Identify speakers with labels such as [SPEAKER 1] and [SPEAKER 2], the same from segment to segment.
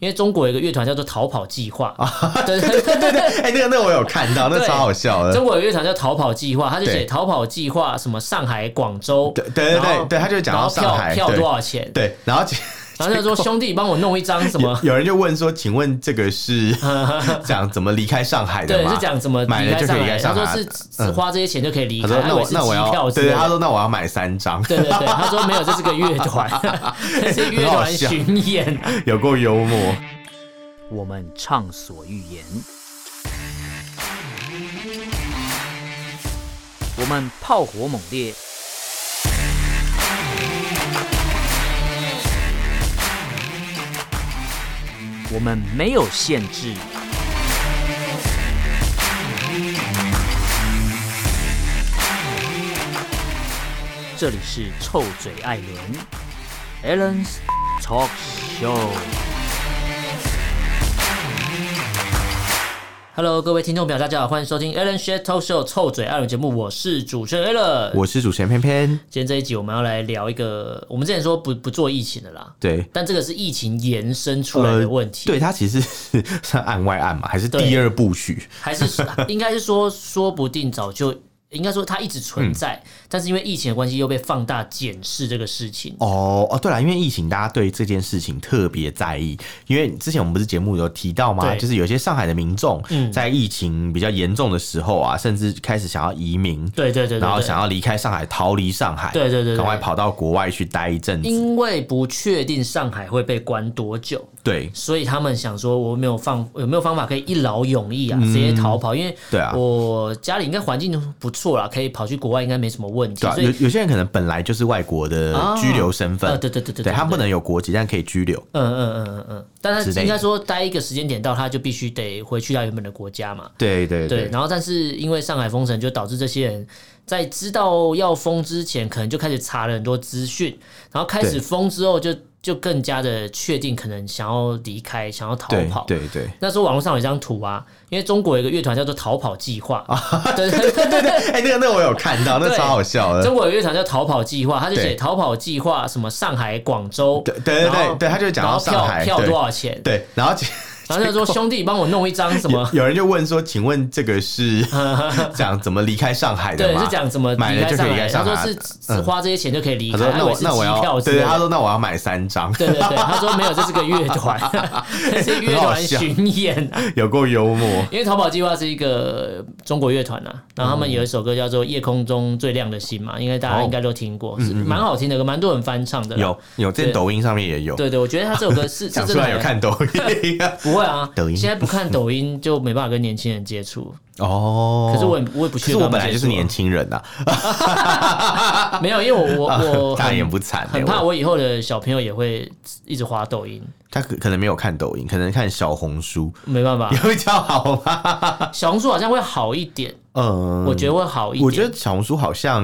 [SPEAKER 1] 因为中国有一个乐团叫做逃跑计划， 对对
[SPEAKER 2] 啊对对对， 哎、那个那个我有看到，那
[SPEAKER 1] 对
[SPEAKER 2] 超好笑的。
[SPEAKER 1] 中国有乐团叫逃跑计划，他就
[SPEAKER 2] 对
[SPEAKER 1] 写逃跑计划什么上海、广州，
[SPEAKER 2] 对对对
[SPEAKER 1] 然后
[SPEAKER 2] 对对他就讲到
[SPEAKER 1] 然后
[SPEAKER 2] 上海
[SPEAKER 1] 票票
[SPEAKER 2] 对
[SPEAKER 1] 多少钱，
[SPEAKER 2] 对，然后
[SPEAKER 1] 然后他就说兄弟帮我弄一张什么
[SPEAKER 2] 有，有人就问说，请问这个 是讲怎么离开上海的
[SPEAKER 1] 对，
[SPEAKER 2] 吗？
[SPEAKER 1] 是讲怎么离
[SPEAKER 2] 买了
[SPEAKER 1] 开
[SPEAKER 2] 就
[SPEAKER 1] 上
[SPEAKER 2] 可以离
[SPEAKER 1] 海，
[SPEAKER 2] 开上
[SPEAKER 1] 他说
[SPEAKER 2] 海嗯
[SPEAKER 1] 是只花这些钱就可以离
[SPEAKER 2] 他
[SPEAKER 1] 开，
[SPEAKER 2] 说：“
[SPEAKER 1] 他
[SPEAKER 2] 那
[SPEAKER 1] 以为
[SPEAKER 2] 我
[SPEAKER 1] 是机
[SPEAKER 2] 那我要
[SPEAKER 1] 票之
[SPEAKER 2] 对
[SPEAKER 1] 类
[SPEAKER 2] 对，
[SPEAKER 1] 的
[SPEAKER 2] 他说那我要买三张，
[SPEAKER 1] 对对对，他说没有，这是个乐团， 这是乐团巡演。
[SPEAKER 2] 有够幽默。
[SPEAKER 3] 我们畅所欲言；我们炮火猛烈；我们没有限制。这里是臭嘴艾伦 a l l e n s Talk Show。
[SPEAKER 1] Hello，各位听众朋友，大家好，欢迎收听 Alan s h a t Talk Show 臭嘴艾伦节目，我是主持人 Alan。
[SPEAKER 2] 我是主持人偏偏，
[SPEAKER 1] 今天这一集我们要来聊一个，我们之前说不不做疫情的啦，
[SPEAKER 2] 对。
[SPEAKER 1] 但这个是疫情延伸出来的问题，
[SPEAKER 2] 对他其实是算案外案嘛，还是
[SPEAKER 1] 对
[SPEAKER 2] 第二部曲？
[SPEAKER 1] 还 是应该是说，说不定早就应该说它一直存在，
[SPEAKER 2] 嗯
[SPEAKER 1] 但是因为疫情的关系又被放大检视这个事情。
[SPEAKER 2] 哦哦，对了，因为疫情，大家对这件事情特别在意。因为之前我们不是节目有提到嘛，
[SPEAKER 1] 对
[SPEAKER 2] 就是有些上海的民众
[SPEAKER 1] 嗯
[SPEAKER 2] 在疫情比较严重的时候啊，甚至开始想要移民，
[SPEAKER 1] 对对对对
[SPEAKER 2] 然后
[SPEAKER 1] 对
[SPEAKER 2] 想要离开上海，逃离上海，
[SPEAKER 1] 对对对对
[SPEAKER 2] 赶快跑到国外去待一阵子。
[SPEAKER 1] 因为不确定上海会被关多久，
[SPEAKER 2] 对，
[SPEAKER 1] 所以他们想说，我没有放有没有方法可以一劳永逸啊，直接逃跑？因为
[SPEAKER 2] 嗯对啊
[SPEAKER 1] 我家里应该环境不错啦，可以跑去国外，应该没什么问题。
[SPEAKER 2] 对啊，
[SPEAKER 1] 所
[SPEAKER 2] 有
[SPEAKER 1] 以
[SPEAKER 2] 有些人可能本来就是外国的
[SPEAKER 1] 哦
[SPEAKER 2] 居留身份，
[SPEAKER 1] 呃对对对对
[SPEAKER 2] 对
[SPEAKER 1] 对
[SPEAKER 2] 他不能有国籍，但可以居留。
[SPEAKER 1] 嗯嗯嗯嗯嗯，但
[SPEAKER 2] 之类
[SPEAKER 1] 是
[SPEAKER 2] 的
[SPEAKER 1] 应该说待一个时间点到，他就必须得回去他原本的国家嘛。
[SPEAKER 2] 对对
[SPEAKER 1] 对，然后但是因为上海封城，就导致这些人在知道要封之前，可能就开始查了很多资讯，然后开
[SPEAKER 2] 对
[SPEAKER 1] 始封之后就，就更加的确定，可能想要离开，想要逃
[SPEAKER 2] 对
[SPEAKER 1] 跑。
[SPEAKER 2] 对 对。
[SPEAKER 1] 那时候网络上有一张图啊，因为中国有一个乐团叫做逃跑计 划，对对对
[SPEAKER 2] 啊对对，哎、那个那个我有看到，那
[SPEAKER 1] 对
[SPEAKER 2] 超好笑 的。
[SPEAKER 1] 中国有一个乐团叫逃跑计划，他就
[SPEAKER 2] 对
[SPEAKER 1] 写逃跑计划什么上海、广州，
[SPEAKER 2] 对对对
[SPEAKER 1] 然后
[SPEAKER 2] 对对他就讲到
[SPEAKER 1] 然后
[SPEAKER 2] 上海
[SPEAKER 1] 票票
[SPEAKER 2] 对
[SPEAKER 1] 多少钱，
[SPEAKER 2] 对，然后
[SPEAKER 1] 然后他就说兄弟帮我弄一张什么
[SPEAKER 2] 有，有人就问说，请问这个 是讲怎么离开上海的
[SPEAKER 1] 对，
[SPEAKER 2] 吗？
[SPEAKER 1] 是讲怎么离
[SPEAKER 2] 买了
[SPEAKER 1] 开
[SPEAKER 2] 就
[SPEAKER 1] 上
[SPEAKER 2] 可以离开
[SPEAKER 1] 海，他
[SPEAKER 2] 上
[SPEAKER 1] 说
[SPEAKER 2] 海嗯
[SPEAKER 1] 是。只花这些钱就可以离
[SPEAKER 2] 他
[SPEAKER 1] 开，
[SPEAKER 2] 说：“
[SPEAKER 1] 他
[SPEAKER 2] 那
[SPEAKER 1] 以为
[SPEAKER 2] 我
[SPEAKER 1] 是
[SPEAKER 2] 那我
[SPEAKER 1] 机
[SPEAKER 2] 要
[SPEAKER 1] 票之
[SPEAKER 2] 对
[SPEAKER 1] 类
[SPEAKER 2] 对，
[SPEAKER 1] 的
[SPEAKER 2] 他说那我要买三张，
[SPEAKER 1] 对对对，他说没有，这是个乐团，这是乐团巡演啊。
[SPEAKER 2] 有够幽 默。
[SPEAKER 1] 因为逃跑计划是一个中国乐团啊，然后他们有一首歌叫做《夜空中最亮的星》嘛，应该大家应该都听
[SPEAKER 2] 哦
[SPEAKER 1] 过，是蛮好听的歌，蛮多人翻唱的。
[SPEAKER 2] 嗯有，有，在
[SPEAKER 1] 对
[SPEAKER 2] 抖音上面也有。
[SPEAKER 1] 对对，我觉得他这首歌是是
[SPEAKER 2] 讲
[SPEAKER 1] 真
[SPEAKER 2] 出
[SPEAKER 1] 的
[SPEAKER 2] 来
[SPEAKER 1] 很
[SPEAKER 2] 有看抖音
[SPEAKER 1] 不会啊，
[SPEAKER 2] 抖音
[SPEAKER 1] 现在不看抖音就没办法跟年轻人接触。
[SPEAKER 2] 哦。
[SPEAKER 1] 可是我也我也不
[SPEAKER 2] 可
[SPEAKER 1] 去，
[SPEAKER 2] 是我本来就是年，轻人啊呐，
[SPEAKER 1] 没有，因为我 我我
[SPEAKER 2] 大言
[SPEAKER 1] 很
[SPEAKER 2] 不惭欸。
[SPEAKER 1] 很怕
[SPEAKER 2] 我
[SPEAKER 1] 我以后的小朋友也会一直滑抖音，
[SPEAKER 2] 他可可能没有看抖音，可能看小红 书，
[SPEAKER 1] 没办法
[SPEAKER 2] 也，会较好吗？
[SPEAKER 1] 小红书好像会好一点，
[SPEAKER 2] 嗯，
[SPEAKER 1] 我觉得会好一点。
[SPEAKER 2] 我觉得小红书好像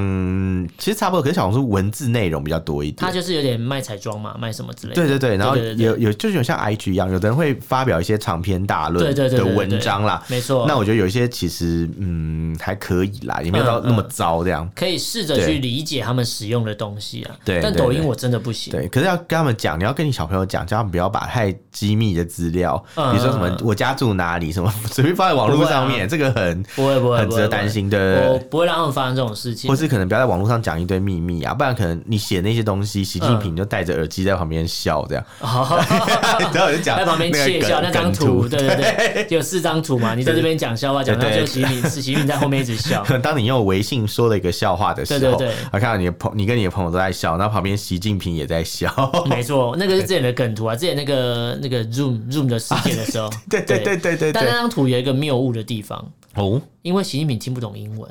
[SPEAKER 2] 其实差不多，可是小红书文字内容比较多一
[SPEAKER 1] 他
[SPEAKER 2] 点。
[SPEAKER 1] 就是有点卖彩妆嘛，卖什么之类的。
[SPEAKER 2] 对对对，然后有
[SPEAKER 1] 对对对
[SPEAKER 2] 有就是有像 IG 一样，有的人会发表一些长篇大
[SPEAKER 1] 对对
[SPEAKER 2] 论
[SPEAKER 1] 对
[SPEAKER 2] 的
[SPEAKER 1] 对哦对
[SPEAKER 2] 文章啦。
[SPEAKER 1] 没错。
[SPEAKER 2] 那我觉得有一些其实嗯还可以啦，也没有
[SPEAKER 1] 嗯
[SPEAKER 2] 到那么糟这样。
[SPEAKER 1] 可以试着
[SPEAKER 2] 对
[SPEAKER 1] 去理解他们使用的东西啊。
[SPEAKER 2] 对
[SPEAKER 1] 但
[SPEAKER 2] 对
[SPEAKER 1] 抖音
[SPEAKER 2] 对
[SPEAKER 1] 我真的不行。
[SPEAKER 2] 对，可是要跟他们讲，你要跟你小朋友讲，叫他们不要把太机密的资料，
[SPEAKER 1] 嗯
[SPEAKER 2] 比如说什么
[SPEAKER 1] 嗯嗯
[SPEAKER 2] 我家住哪里，什么 随便放在网络上面，这个很
[SPEAKER 1] 不会不会，
[SPEAKER 2] 很
[SPEAKER 1] 不
[SPEAKER 2] 值
[SPEAKER 1] 会
[SPEAKER 2] 得
[SPEAKER 1] 不会
[SPEAKER 2] 担心。对对对
[SPEAKER 1] 我不会让他们发生这种事情
[SPEAKER 2] 或。是可能不要在网络上讲一堆秘密啊，不然可能你写那些东西，习近平就戴着耳机在旁边笑这样， 然后我就讲
[SPEAKER 1] 哦在旁边窃笑那
[SPEAKER 2] 那个
[SPEAKER 1] 张
[SPEAKER 2] 梗
[SPEAKER 1] 图，
[SPEAKER 2] 图，
[SPEAKER 1] 对对对，有四张图嘛，你在这边讲笑话，讲到
[SPEAKER 2] 对
[SPEAKER 1] 就习近平，习近平在后面一直笑。
[SPEAKER 2] 当你用微信说了一个笑话的时候，
[SPEAKER 1] 对对对
[SPEAKER 2] 我看到你的朋，你跟你的朋友都在笑，然后旁边习近平也在 笑，
[SPEAKER 1] 没
[SPEAKER 2] 哦
[SPEAKER 1] 错，那个是之前的梗图啊，之前那个那个 Zoom Zoom 的事件的时候，
[SPEAKER 2] 啊对对对对对
[SPEAKER 1] 但
[SPEAKER 2] 对
[SPEAKER 1] 那，张图有一个谬误的地方，
[SPEAKER 2] 哦，
[SPEAKER 1] 因为习近平听不懂英文，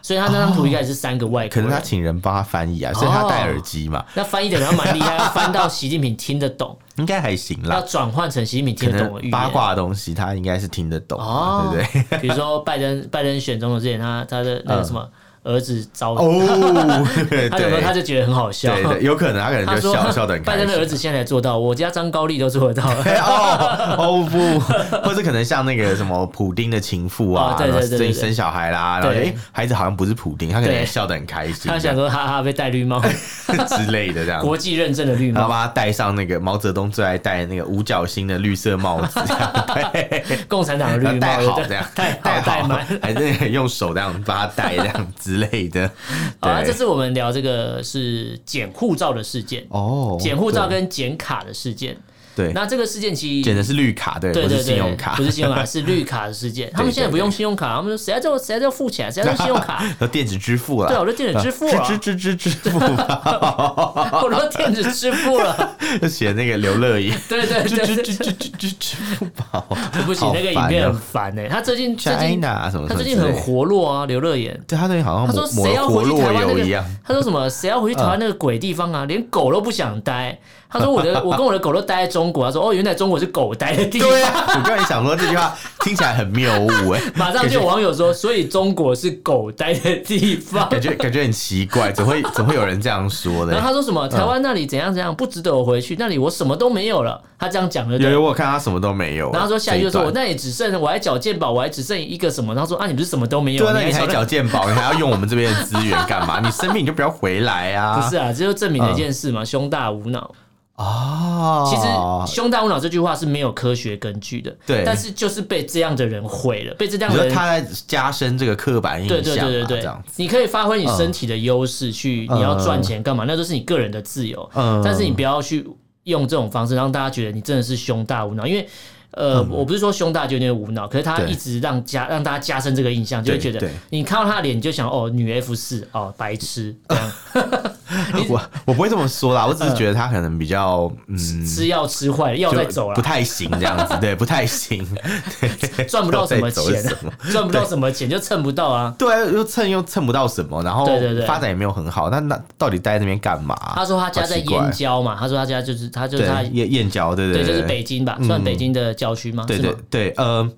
[SPEAKER 1] 所以他那张图应该是三个外
[SPEAKER 2] 哦可
[SPEAKER 1] 国
[SPEAKER 2] 能
[SPEAKER 1] 人。
[SPEAKER 2] 他请人帮他翻
[SPEAKER 1] 哦
[SPEAKER 2] 译啊，所以他戴耳机嘛，
[SPEAKER 1] 那翻译的人要蛮厉害，要 翻到习近平听得懂，
[SPEAKER 2] 应该还行
[SPEAKER 1] 要
[SPEAKER 2] 啦，
[SPEAKER 1] 转换成习近平
[SPEAKER 2] 可
[SPEAKER 1] 听得懂的语言。
[SPEAKER 2] 能八卦的东西他应该是听得懂嘛，啊
[SPEAKER 1] 哦，
[SPEAKER 2] 对不对？
[SPEAKER 1] 对？比如说拜登，拜登选总统之前，他他的那个什么。儿子遭
[SPEAKER 2] 哦， 对
[SPEAKER 1] 他有时候他
[SPEAKER 2] 对
[SPEAKER 1] 就觉得很好笑。
[SPEAKER 2] 对，有可能他可
[SPEAKER 1] 他
[SPEAKER 2] 能就
[SPEAKER 1] 说
[SPEAKER 2] 笑笑的很
[SPEAKER 1] 拜
[SPEAKER 2] 开
[SPEAKER 1] 登的儿
[SPEAKER 2] 心。
[SPEAKER 1] 子现在做到，我家张高丽都做得 到。
[SPEAKER 2] 哎 哦哦不， 或者可能像那个什么普丁的情妇啊
[SPEAKER 1] 啊，对对
[SPEAKER 2] 然后
[SPEAKER 1] 对对
[SPEAKER 2] 生
[SPEAKER 1] 对
[SPEAKER 2] 生小孩啦，然后
[SPEAKER 1] 对
[SPEAKER 2] 哎孩子好像不是普丁，他可能
[SPEAKER 1] 对
[SPEAKER 2] 笑得很开心，
[SPEAKER 1] 他想说，哈哈，被戴绿 帽，
[SPEAKER 2] 这样之类的这样。
[SPEAKER 1] 国际认证的绿
[SPEAKER 2] 然后
[SPEAKER 1] 帽，
[SPEAKER 2] 把他戴上那个毛泽东最爱戴的那个五角星的绿色帽子，
[SPEAKER 1] 共产党的绿
[SPEAKER 2] 要戴
[SPEAKER 1] 帽，
[SPEAKER 2] 好
[SPEAKER 1] 对
[SPEAKER 2] 这样，
[SPEAKER 1] 戴
[SPEAKER 2] 戴
[SPEAKER 1] 好戴
[SPEAKER 2] 好
[SPEAKER 1] 满。，
[SPEAKER 2] 还是那个用手这样把它戴这样之 类的。
[SPEAKER 1] 好啊，这
[SPEAKER 2] 对，
[SPEAKER 1] 次我们聊这个是捡护照的事件，
[SPEAKER 2] 哦
[SPEAKER 1] 捡护照跟捡卡的事件。
[SPEAKER 2] 对，
[SPEAKER 1] 那这个事件其
[SPEAKER 2] 捡
[SPEAKER 1] 实。
[SPEAKER 2] 的是绿卡，对，
[SPEAKER 1] 对
[SPEAKER 2] 不
[SPEAKER 1] 对
[SPEAKER 2] 是
[SPEAKER 1] 对，
[SPEAKER 2] 信用卡
[SPEAKER 1] 不，是信 用卡，是绿卡的事件。他们现在不用信用卡，他们说谁要叫谁要叫付钱，谁要用信用 卡？
[SPEAKER 2] 和电子支付了。
[SPEAKER 1] 对啊，我说电子支付了，
[SPEAKER 2] 支支支支支付吧，
[SPEAKER 1] 我说电子支付 了。
[SPEAKER 2] 就写那个刘乐怡，
[SPEAKER 1] 对 对
[SPEAKER 2] 支支
[SPEAKER 1] 对，
[SPEAKER 2] 支支支支支付宝，
[SPEAKER 1] 不行，
[SPEAKER 2] 好
[SPEAKER 1] 那个影
[SPEAKER 2] 烦
[SPEAKER 1] 片
[SPEAKER 2] 哦
[SPEAKER 1] 很烦哎。他最近最近
[SPEAKER 2] China 啊什么，
[SPEAKER 1] 他最近很
[SPEAKER 2] 火，
[SPEAKER 1] 活络啊，刘乐言。
[SPEAKER 2] 对他最近好
[SPEAKER 1] 他
[SPEAKER 2] 像
[SPEAKER 1] 说
[SPEAKER 2] 抹
[SPEAKER 1] 谁
[SPEAKER 2] 抹
[SPEAKER 1] 要
[SPEAKER 2] 了
[SPEAKER 1] 回
[SPEAKER 2] 活
[SPEAKER 1] 去
[SPEAKER 2] 络
[SPEAKER 1] 台湾那
[SPEAKER 2] 油一
[SPEAKER 1] 个
[SPEAKER 2] 样，？
[SPEAKER 1] 他说什么谁要回去台湾那个鬼地方啊，连狗都不想待。他说我的我跟我的狗都待在中国。他说哦，原来中国是狗待的地方。
[SPEAKER 2] 对啊，我刚才想说这句话听起来很谬误哎，
[SPEAKER 1] 马上就有网友说，所以中国是狗待的地方。
[SPEAKER 2] 感觉感觉很奇怪，怎 么会怎么会有人这样说
[SPEAKER 1] 然后
[SPEAKER 2] 呢？
[SPEAKER 1] 他说什么台湾那里怎样怎样不值得我回去，那里我什么都没有了。他这样讲的
[SPEAKER 2] 有
[SPEAKER 1] 对。
[SPEAKER 2] 有，我看他什么都没有。
[SPEAKER 1] 然后他说下一句就
[SPEAKER 2] 这
[SPEAKER 1] 说
[SPEAKER 2] 一
[SPEAKER 1] 我
[SPEAKER 2] 段
[SPEAKER 1] 那里只剩我还缴健保，我还只剩一个什么。他说啊，你不是什么都没有
[SPEAKER 2] 对，啊，那
[SPEAKER 1] 你
[SPEAKER 2] 你还
[SPEAKER 1] 缴
[SPEAKER 2] 缴健保，你还要用我们这边的资源 干嘛？你生病你就不要回来啊！
[SPEAKER 1] 不是啊，这就证明了一件事嘛，胸大无脑。
[SPEAKER 2] 哦，
[SPEAKER 1] 其实“胸大无脑”这句话是没有科学根据的，
[SPEAKER 2] 对
[SPEAKER 1] 但是就是被这样的人毁了，被这样
[SPEAKER 2] 你
[SPEAKER 1] 的
[SPEAKER 2] 说
[SPEAKER 1] 人。
[SPEAKER 2] 他在加深这个刻板印象
[SPEAKER 1] 对
[SPEAKER 2] 嘛，
[SPEAKER 1] 对对对
[SPEAKER 2] 这
[SPEAKER 1] 对
[SPEAKER 2] 样，
[SPEAKER 1] 你可以发挥你身体的优势去，
[SPEAKER 2] 嗯
[SPEAKER 1] 你要赚钱干嘛？那都是你个人的自由，
[SPEAKER 2] 嗯
[SPEAKER 1] 但是你不要去用这种方式让大家觉得你真的是胸大无脑，因为。呃，我不是说胸大就有点无脑，可是他
[SPEAKER 2] 嗯对
[SPEAKER 1] 一直让加让大家加深这个印象，就会
[SPEAKER 2] 对
[SPEAKER 1] 觉得
[SPEAKER 2] 对
[SPEAKER 1] 你看到他的脸，你就想哦，女 F 四哦，白痴这样，
[SPEAKER 2] 嗯 我我不会这么说啦，我只是觉得他可能比较 嗯，
[SPEAKER 1] 吃药吃坏了，药在走
[SPEAKER 2] 不
[SPEAKER 1] 了，
[SPEAKER 2] 太行这样 子，对，不太行，
[SPEAKER 1] 赚不到什么
[SPEAKER 2] 不知道
[SPEAKER 1] 钱啊
[SPEAKER 2] 在走什么，
[SPEAKER 1] 赚不到什么钱就蹭不到啊。
[SPEAKER 2] 对，又蹭又蹭不到什么，然后
[SPEAKER 1] 对对对
[SPEAKER 2] 发展也没有很好，那那到底待在那边干嘛？
[SPEAKER 1] 他说他家在
[SPEAKER 2] 好奇怪
[SPEAKER 1] 燕郊嘛，他说他家就是他就是
[SPEAKER 2] 对
[SPEAKER 1] 他
[SPEAKER 2] 燕燕郊，对
[SPEAKER 1] 对，
[SPEAKER 2] 对，
[SPEAKER 1] 就是北京吧，算北京的郊区吗？
[SPEAKER 2] 对
[SPEAKER 1] 是
[SPEAKER 2] 对
[SPEAKER 1] 吗？
[SPEAKER 2] 对，呃，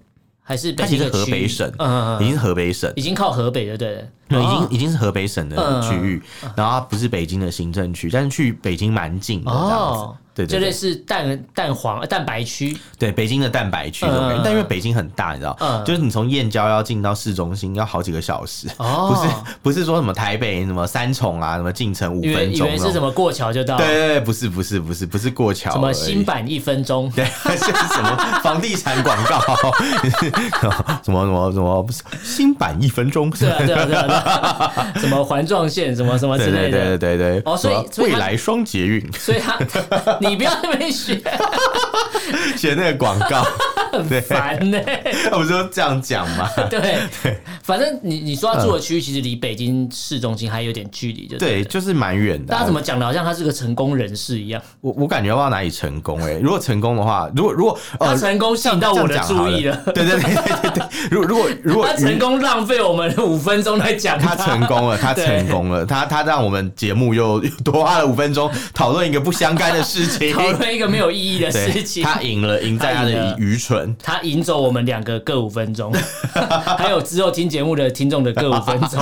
[SPEAKER 1] 还是北
[SPEAKER 2] 它其
[SPEAKER 1] 京
[SPEAKER 2] 实
[SPEAKER 1] 的
[SPEAKER 2] 是河
[SPEAKER 1] 区
[SPEAKER 2] 北省，
[SPEAKER 1] 嗯嗯嗯
[SPEAKER 2] 已经是河北省
[SPEAKER 1] 已。经靠河北了，对了
[SPEAKER 2] 对，已经
[SPEAKER 1] 哦
[SPEAKER 2] 已经是河北省
[SPEAKER 1] 嗯
[SPEAKER 2] 的区域，然后它不是北京的行政区，但是去北京蛮近的这样子
[SPEAKER 1] 哦。，
[SPEAKER 2] 对
[SPEAKER 1] 就
[SPEAKER 2] 对
[SPEAKER 1] 类
[SPEAKER 2] 对
[SPEAKER 1] 似蛋蛋黄呃蛋白区，
[SPEAKER 2] 对，北京的蛋白区这种感
[SPEAKER 1] 嗯嗯
[SPEAKER 2] 觉，
[SPEAKER 1] 嗯
[SPEAKER 2] 但因为北京很大，你知道
[SPEAKER 1] 嗯，
[SPEAKER 2] 就是你从燕郊要进到市中心要好几个小时， 不是
[SPEAKER 1] 哦，
[SPEAKER 2] 不是说什么台北什么三重啊，什么进城五
[SPEAKER 1] 以为
[SPEAKER 2] 分
[SPEAKER 1] 以
[SPEAKER 2] 钟
[SPEAKER 1] 为
[SPEAKER 2] 那
[SPEAKER 1] 是什
[SPEAKER 2] 种。
[SPEAKER 1] 么过桥就到，
[SPEAKER 2] 对对对，不是不是不是不是过桥而已，
[SPEAKER 1] 什么新版一分钟，
[SPEAKER 2] 对， 这是什么房地产广告？ 什么什么什么新版一分钟？
[SPEAKER 1] 对啊对啊对啊对 啊，什么环状线什么什么之
[SPEAKER 2] 对
[SPEAKER 1] 类
[SPEAKER 2] 对对
[SPEAKER 1] 的，
[SPEAKER 2] 对对对。
[SPEAKER 1] 哦所以
[SPEAKER 2] 什么
[SPEAKER 1] 所以
[SPEAKER 2] 未
[SPEAKER 1] 它
[SPEAKER 2] 来双捷运
[SPEAKER 1] 所以他 你不要那边学，
[SPEAKER 2] 写那个广告，
[SPEAKER 1] 很烦呢。
[SPEAKER 2] 我不是都这样讲吗？
[SPEAKER 1] 对，反正你你说他
[SPEAKER 2] 嗯
[SPEAKER 1] 住的区域其实离北京市中心还有点距离，就
[SPEAKER 2] 对，
[SPEAKER 1] 了
[SPEAKER 2] 就是蛮远的
[SPEAKER 1] 大
[SPEAKER 2] 啊、
[SPEAKER 1] 家怎么讲的，好像他是个成功人士一样，
[SPEAKER 2] 我我感觉要不到哪里成功哎、如果成功的话，如果如果
[SPEAKER 1] 他
[SPEAKER 2] 呃，
[SPEAKER 1] 成功吸引到我的注意了，
[SPEAKER 2] 对对对对对对，如果如果如 果
[SPEAKER 1] 他成功浪费我们五分钟来讲
[SPEAKER 2] 他成功了，他
[SPEAKER 1] 对
[SPEAKER 2] 成功了，他他让我们节目又又多花了五分钟讨论一个不相干的事情，
[SPEAKER 1] 讨论一个没有意义 的事
[SPEAKER 2] 对，
[SPEAKER 1] 情。
[SPEAKER 2] 他赢了，赢在他
[SPEAKER 1] 他赢了
[SPEAKER 2] 的愚蠢。
[SPEAKER 1] 他引走我们两个各五分钟，还有之后听节目的听众的各五分 钟，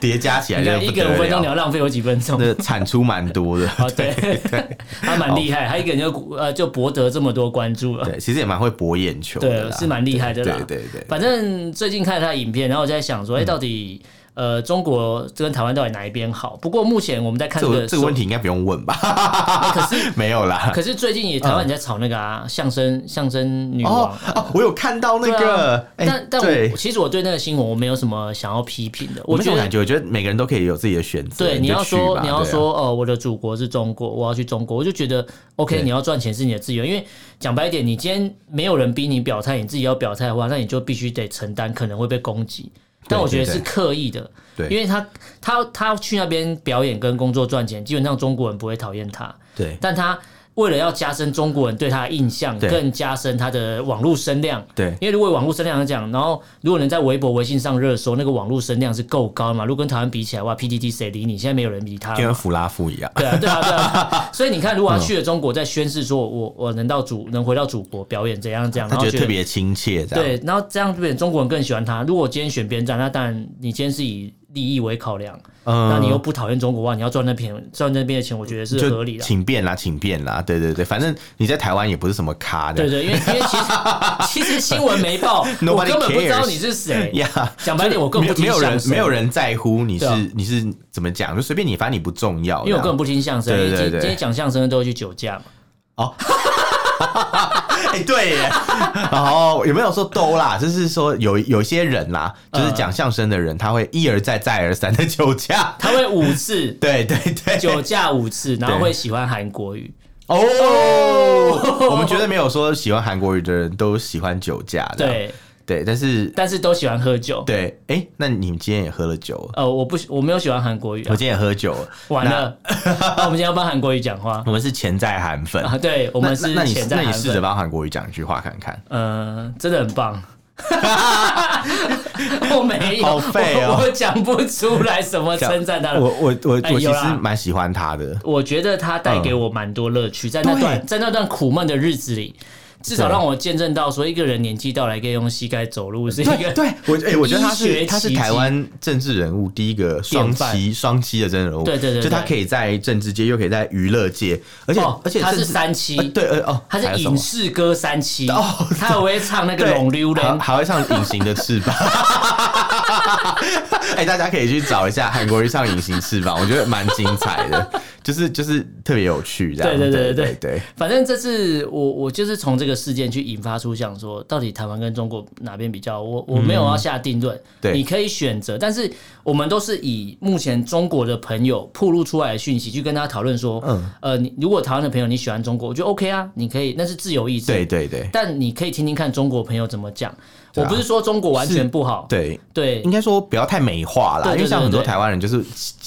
[SPEAKER 2] 叠加起来
[SPEAKER 1] 你
[SPEAKER 2] 就
[SPEAKER 1] 看一
[SPEAKER 2] 哎不
[SPEAKER 1] 个
[SPEAKER 2] 得
[SPEAKER 1] 五分钟你
[SPEAKER 2] 了，
[SPEAKER 1] 要浪费我几分钟？
[SPEAKER 2] 那产出蛮多的。
[SPEAKER 1] 哦，对， 他蛮厉害，他一个人就呃就博得这么多关注了。
[SPEAKER 2] 对，其实也蛮会博眼球的
[SPEAKER 1] 对，
[SPEAKER 2] 啦，
[SPEAKER 1] 是蛮厉害的啦。
[SPEAKER 2] 对对对嗯
[SPEAKER 1] 反正最近看他的影片，然后我就在想说，哎、到底呃中国跟台湾到底哪一边好？不过目前我们在看
[SPEAKER 2] 这
[SPEAKER 1] 个
[SPEAKER 2] 个这个问
[SPEAKER 1] 题，
[SPEAKER 2] 题应该不用问吧？
[SPEAKER 1] 哎可是
[SPEAKER 2] 没有啦。
[SPEAKER 1] 可是最近也台湾也在炒那个啊，相声相声女王
[SPEAKER 2] 哦。哦，我有看到那个，哎
[SPEAKER 1] 对啊但但
[SPEAKER 2] 对
[SPEAKER 1] 我，其实我对那个新闻我没有什么想要批评的，
[SPEAKER 2] 我
[SPEAKER 1] 我
[SPEAKER 2] 没
[SPEAKER 1] 觉
[SPEAKER 2] 有感
[SPEAKER 1] 得
[SPEAKER 2] 觉，我觉得每个人都可以有自己的选择。
[SPEAKER 1] 对你
[SPEAKER 2] 就
[SPEAKER 1] 要
[SPEAKER 2] 去
[SPEAKER 1] 说
[SPEAKER 2] 吧
[SPEAKER 1] 你要
[SPEAKER 2] 对啊
[SPEAKER 1] 说哦，我的祖国是中国，我要去中国，我就觉得 OK，
[SPEAKER 2] 对
[SPEAKER 1] 你要赚钱是你的自由，因为讲白一点，你今天没有人逼你表态，你自己要表态的话，那你就必须得承担可能会被攻击，但
[SPEAKER 2] 对
[SPEAKER 1] 我觉得
[SPEAKER 2] 对
[SPEAKER 1] 是
[SPEAKER 2] 对
[SPEAKER 1] 刻意的，
[SPEAKER 2] 对
[SPEAKER 1] 因为他他他去那边表演跟工作赚钱，基本上中国人不会讨厌他，
[SPEAKER 2] 对
[SPEAKER 1] 但他为了要加深中国人对他的印象，
[SPEAKER 2] 对
[SPEAKER 1] 更加深他的网络声量。
[SPEAKER 2] 对
[SPEAKER 1] 因为如果网络声量来讲，然后如果能在微博、微信上热搜，那个网络声量是够高嘛？如果跟台湾比起来的话，PTT 谁理你？现在没有人理他
[SPEAKER 2] 就跟
[SPEAKER 1] 嘛。
[SPEAKER 2] 弗拉夫一样，
[SPEAKER 1] 对啊，对啊，对啊。 所以你看，如果他去了中国，在宣誓说我我能到祖能回到祖国表演怎样怎样，
[SPEAKER 2] 他
[SPEAKER 1] 然后
[SPEAKER 2] 觉得特别亲切，这样
[SPEAKER 1] 对，然后这样就变成中国人更喜欢他。如果今天选边站，那当然你今天是以利益为考量，
[SPEAKER 2] 嗯
[SPEAKER 1] 那你又不讨厌中国话，你要赚那边赚那边的钱，我觉得是合理的。
[SPEAKER 2] 请便啦，请便啦，对对对，反正你在台湾也不是什么咖的，
[SPEAKER 1] 对对，因为因为其 实其实新闻没报，我
[SPEAKER 2] Nobody
[SPEAKER 1] 根本不知道
[SPEAKER 2] cares
[SPEAKER 1] 你是谁。
[SPEAKER 2] 呀。
[SPEAKER 1] 讲白点，我根本
[SPEAKER 2] 没有
[SPEAKER 1] 不
[SPEAKER 2] 没
[SPEAKER 1] 听
[SPEAKER 2] 有
[SPEAKER 1] 相
[SPEAKER 2] 人
[SPEAKER 1] 声，
[SPEAKER 2] 没有，人在乎你是、
[SPEAKER 1] 对啊
[SPEAKER 2] 你是怎么讲，就随便你，反正你不重要。
[SPEAKER 1] 因为我根本
[SPEAKER 2] 不
[SPEAKER 1] 不听相声。
[SPEAKER 2] 对对
[SPEAKER 1] 因为今
[SPEAKER 2] 对对
[SPEAKER 1] 今天讲相声都会去酒驾嘛。
[SPEAKER 2] 哎、对耶。 然后有没有说都啦？就是说有有些人啦，就是
[SPEAKER 1] 嗯
[SPEAKER 2] 讲相声的人，他会一而再再而三的酒驾。
[SPEAKER 1] 他会五次
[SPEAKER 2] 对对对，
[SPEAKER 1] 酒驾五次，然后
[SPEAKER 2] 对
[SPEAKER 1] 会喜欢韩国语。
[SPEAKER 2] 哦，
[SPEAKER 1] 哦
[SPEAKER 2] 我们绝对没有说喜欢韩国语的人都喜欢酒驾的。
[SPEAKER 1] 对，
[SPEAKER 2] 对，但是
[SPEAKER 1] 但是都喜欢喝酒。
[SPEAKER 2] 对，哎、那你们今天也喝了酒了？
[SPEAKER 1] 呃，我不喜，我没有喜欢韩国语、
[SPEAKER 2] 我
[SPEAKER 1] 啊，
[SPEAKER 2] 今天也喝酒了，
[SPEAKER 1] 完了。 那我们今天要帮韩国语讲话
[SPEAKER 2] 我们是潜在韩粉。
[SPEAKER 1] 啊？对，我
[SPEAKER 2] 我
[SPEAKER 1] 们是
[SPEAKER 2] 那那你
[SPEAKER 1] 潜
[SPEAKER 2] 那
[SPEAKER 1] 在
[SPEAKER 2] 你
[SPEAKER 1] 韩
[SPEAKER 2] 试着
[SPEAKER 1] 粉。
[SPEAKER 2] 帮韩国语讲一句话看看。
[SPEAKER 1] 呃，真的很 棒。我没有，
[SPEAKER 2] 好废哦
[SPEAKER 1] 我我 讲不出来什么称赞他
[SPEAKER 2] 我
[SPEAKER 1] 的。
[SPEAKER 2] 我我
[SPEAKER 1] 哎
[SPEAKER 2] 我其
[SPEAKER 1] 有
[SPEAKER 2] 实
[SPEAKER 1] 啦
[SPEAKER 2] 蛮喜欢 他的。
[SPEAKER 1] 我觉得他带
[SPEAKER 2] 嗯
[SPEAKER 1] 给我蛮多乐趣，在那段在那段苦闷的日子里，至少
[SPEAKER 2] 对
[SPEAKER 1] 让我见证到说，一个人年纪到来可以用膝盖走路是一
[SPEAKER 2] 对
[SPEAKER 1] 个
[SPEAKER 2] 对，我哎、我觉得他
[SPEAKER 1] 医学
[SPEAKER 2] 是他是
[SPEAKER 1] 奇迹
[SPEAKER 2] 台湾政治人物第一个双
[SPEAKER 1] 典范
[SPEAKER 2] 栖双栖的政治人物，
[SPEAKER 1] 对对对
[SPEAKER 2] 就他
[SPEAKER 1] 对
[SPEAKER 2] 可以在政治界又可以在娱乐界，而且、
[SPEAKER 1] 哦
[SPEAKER 2] 而且
[SPEAKER 1] 他是
[SPEAKER 2] 甚至
[SPEAKER 1] 三期
[SPEAKER 2] 呃对呃哦，
[SPEAKER 1] 他
[SPEAKER 2] 还
[SPEAKER 1] 是
[SPEAKER 2] 有什
[SPEAKER 1] 影
[SPEAKER 2] 么
[SPEAKER 1] 视歌三期，
[SPEAKER 2] 哦
[SPEAKER 1] 他还会唱那个
[SPEAKER 2] 对
[SPEAKER 1] 《龙溜人
[SPEAKER 2] 还》。还会唱《隐形的翅膀》。哎，大家可以去找一下韩国人唱《隐形翅膀》，我觉得蛮精彩的，就是就是特别有趣，这样
[SPEAKER 1] 对
[SPEAKER 2] 对
[SPEAKER 1] 对对
[SPEAKER 2] 对
[SPEAKER 1] 对
[SPEAKER 2] 对。
[SPEAKER 1] 反正这次我我就是从这个事件去引发出想说，到底台湾跟中国哪边比较好？我我没有要下定论，
[SPEAKER 2] 嗯对
[SPEAKER 1] 你可以选择，但是我们都是以目前中国的朋友曝露出来的讯息去跟大家讨论说，
[SPEAKER 2] 嗯
[SPEAKER 1] 呃，你如果台湾的朋友你喜欢中国，我觉得 OK 啊，你可以，那是自由意志，
[SPEAKER 2] 对对对
[SPEAKER 1] 但你可以听听看中国朋友怎么讲。
[SPEAKER 2] 对
[SPEAKER 1] 我
[SPEAKER 2] 啊
[SPEAKER 1] 不是说中国完全不好，
[SPEAKER 2] 对，
[SPEAKER 1] 对
[SPEAKER 2] 应该说不要太美化啦，
[SPEAKER 1] 对对
[SPEAKER 2] 因为像
[SPEAKER 1] 对
[SPEAKER 2] 很多
[SPEAKER 1] 对
[SPEAKER 2] 台湾人就是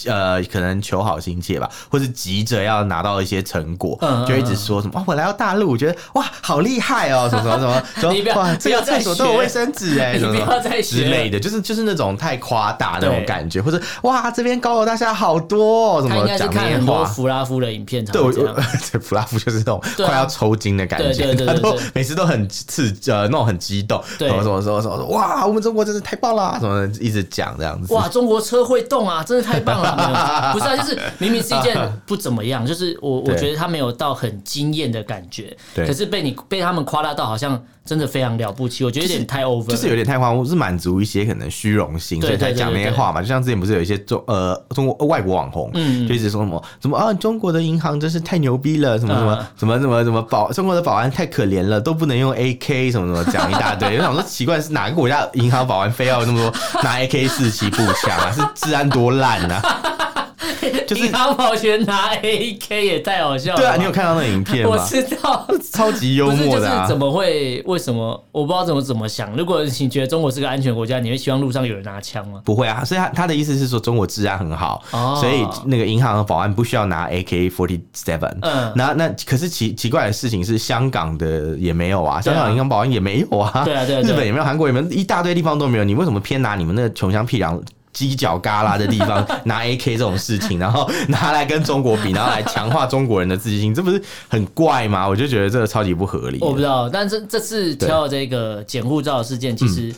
[SPEAKER 2] 呃，可能求好心切吧，或是急着要拿到一些成果，
[SPEAKER 1] 嗯嗯
[SPEAKER 2] 就一直说什么、哦、我来到大陆，我觉得哇好厉害哦，什么什么什 么什么，
[SPEAKER 1] 你不要
[SPEAKER 2] 哇
[SPEAKER 1] 不
[SPEAKER 2] 这
[SPEAKER 1] 要
[SPEAKER 2] 个
[SPEAKER 1] 再
[SPEAKER 2] 厕所都有
[SPEAKER 1] 学
[SPEAKER 2] 卫生纸哎，
[SPEAKER 1] 你
[SPEAKER 2] 什么
[SPEAKER 1] 不
[SPEAKER 2] 什么
[SPEAKER 1] 要再
[SPEAKER 2] 之
[SPEAKER 1] 学
[SPEAKER 2] 类的，就是就是那种太夸大那种
[SPEAKER 1] 对
[SPEAKER 2] 感觉，或者哇这边高楼大厦好多、哦，什
[SPEAKER 1] 他应
[SPEAKER 2] 么
[SPEAKER 1] 该是
[SPEAKER 2] 讲
[SPEAKER 1] 看
[SPEAKER 2] 那些
[SPEAKER 1] 很多
[SPEAKER 2] 话。
[SPEAKER 1] 弗拉夫的影片才
[SPEAKER 2] 对，我
[SPEAKER 1] 会这样
[SPEAKER 2] 我。 对弗拉夫就是那种
[SPEAKER 1] 对啊
[SPEAKER 2] 快要抽筋的感觉，
[SPEAKER 1] 对对对对
[SPEAKER 2] 他都
[SPEAKER 1] 对
[SPEAKER 2] 每次都很刺呃那种很激动，
[SPEAKER 1] 对
[SPEAKER 2] 什么什么什么什么，哇，我们中国真是太棒啦，什么的一直讲这样子。
[SPEAKER 1] 哇，中国车会动啊，真的太棒了！没 有不是啊，就是明明是一件不怎么样，就是我我
[SPEAKER 2] 对
[SPEAKER 1] 觉得他没有到很惊艳的感觉，
[SPEAKER 2] 对
[SPEAKER 1] 可是被你被他们夸大到好像真的非常了不起，我觉得有点太 over
[SPEAKER 2] 就是
[SPEAKER 1] 了
[SPEAKER 2] 有点太荒芜，是满足一些可能虚荣心，
[SPEAKER 1] 对
[SPEAKER 2] 所以才
[SPEAKER 1] 对对
[SPEAKER 2] 讲那些
[SPEAKER 1] 对对
[SPEAKER 2] 话嘛。就像之前不是有一些中呃中国呃外国网红，
[SPEAKER 1] 嗯
[SPEAKER 2] 就一直说什么什么啊中国的银行真是太牛逼了，什么什么、
[SPEAKER 1] 嗯
[SPEAKER 2] 什么什么什么保中国的保安太可怜了，都不能用 AK 什么什么讲一大堆。我 想说奇怪是哪个国家的银行保安非要那么多拿 AK 四七步枪啊？是治安多烂啊？就是
[SPEAKER 1] 银行保全拿 AK 也太好笑了吧，
[SPEAKER 2] 对啊，你有看到那个影片
[SPEAKER 1] 我
[SPEAKER 2] 吗？
[SPEAKER 1] 知道。
[SPEAKER 2] 超级幽
[SPEAKER 1] 不是，就
[SPEAKER 2] 默
[SPEAKER 1] 是
[SPEAKER 2] 的、啊
[SPEAKER 1] 怎。么会？为什么？我不知道怎么怎么想。如果你觉得中国是个安全国家，你会希望路上有人拿枪吗？
[SPEAKER 2] 不会啊，所以他他的意思是说中国治安很好，
[SPEAKER 1] 哦
[SPEAKER 2] 所以那个银行的保安不需要拿 AK forty seven。
[SPEAKER 1] 嗯
[SPEAKER 2] 那那可是奇奇怪的事情是，香港的也没有啊，
[SPEAKER 1] 对
[SPEAKER 2] 香
[SPEAKER 1] 啊
[SPEAKER 2] 港银行保安也没有啊，
[SPEAKER 1] 对啊对啊对啊
[SPEAKER 2] 日本也没有，韩国也没有，一大堆地方都没有，你为什么偏拿你们那个穷乡僻壤？犄角旮旯的地方 拿 AK 这种事情，然后拿来跟中国比，然后来强化中国人的自信心，这不是很怪吗？我就觉得这个超级不合理的。
[SPEAKER 1] 我不知道，但这这次挑的这个检护照的事件，
[SPEAKER 2] 嗯
[SPEAKER 1] 其实、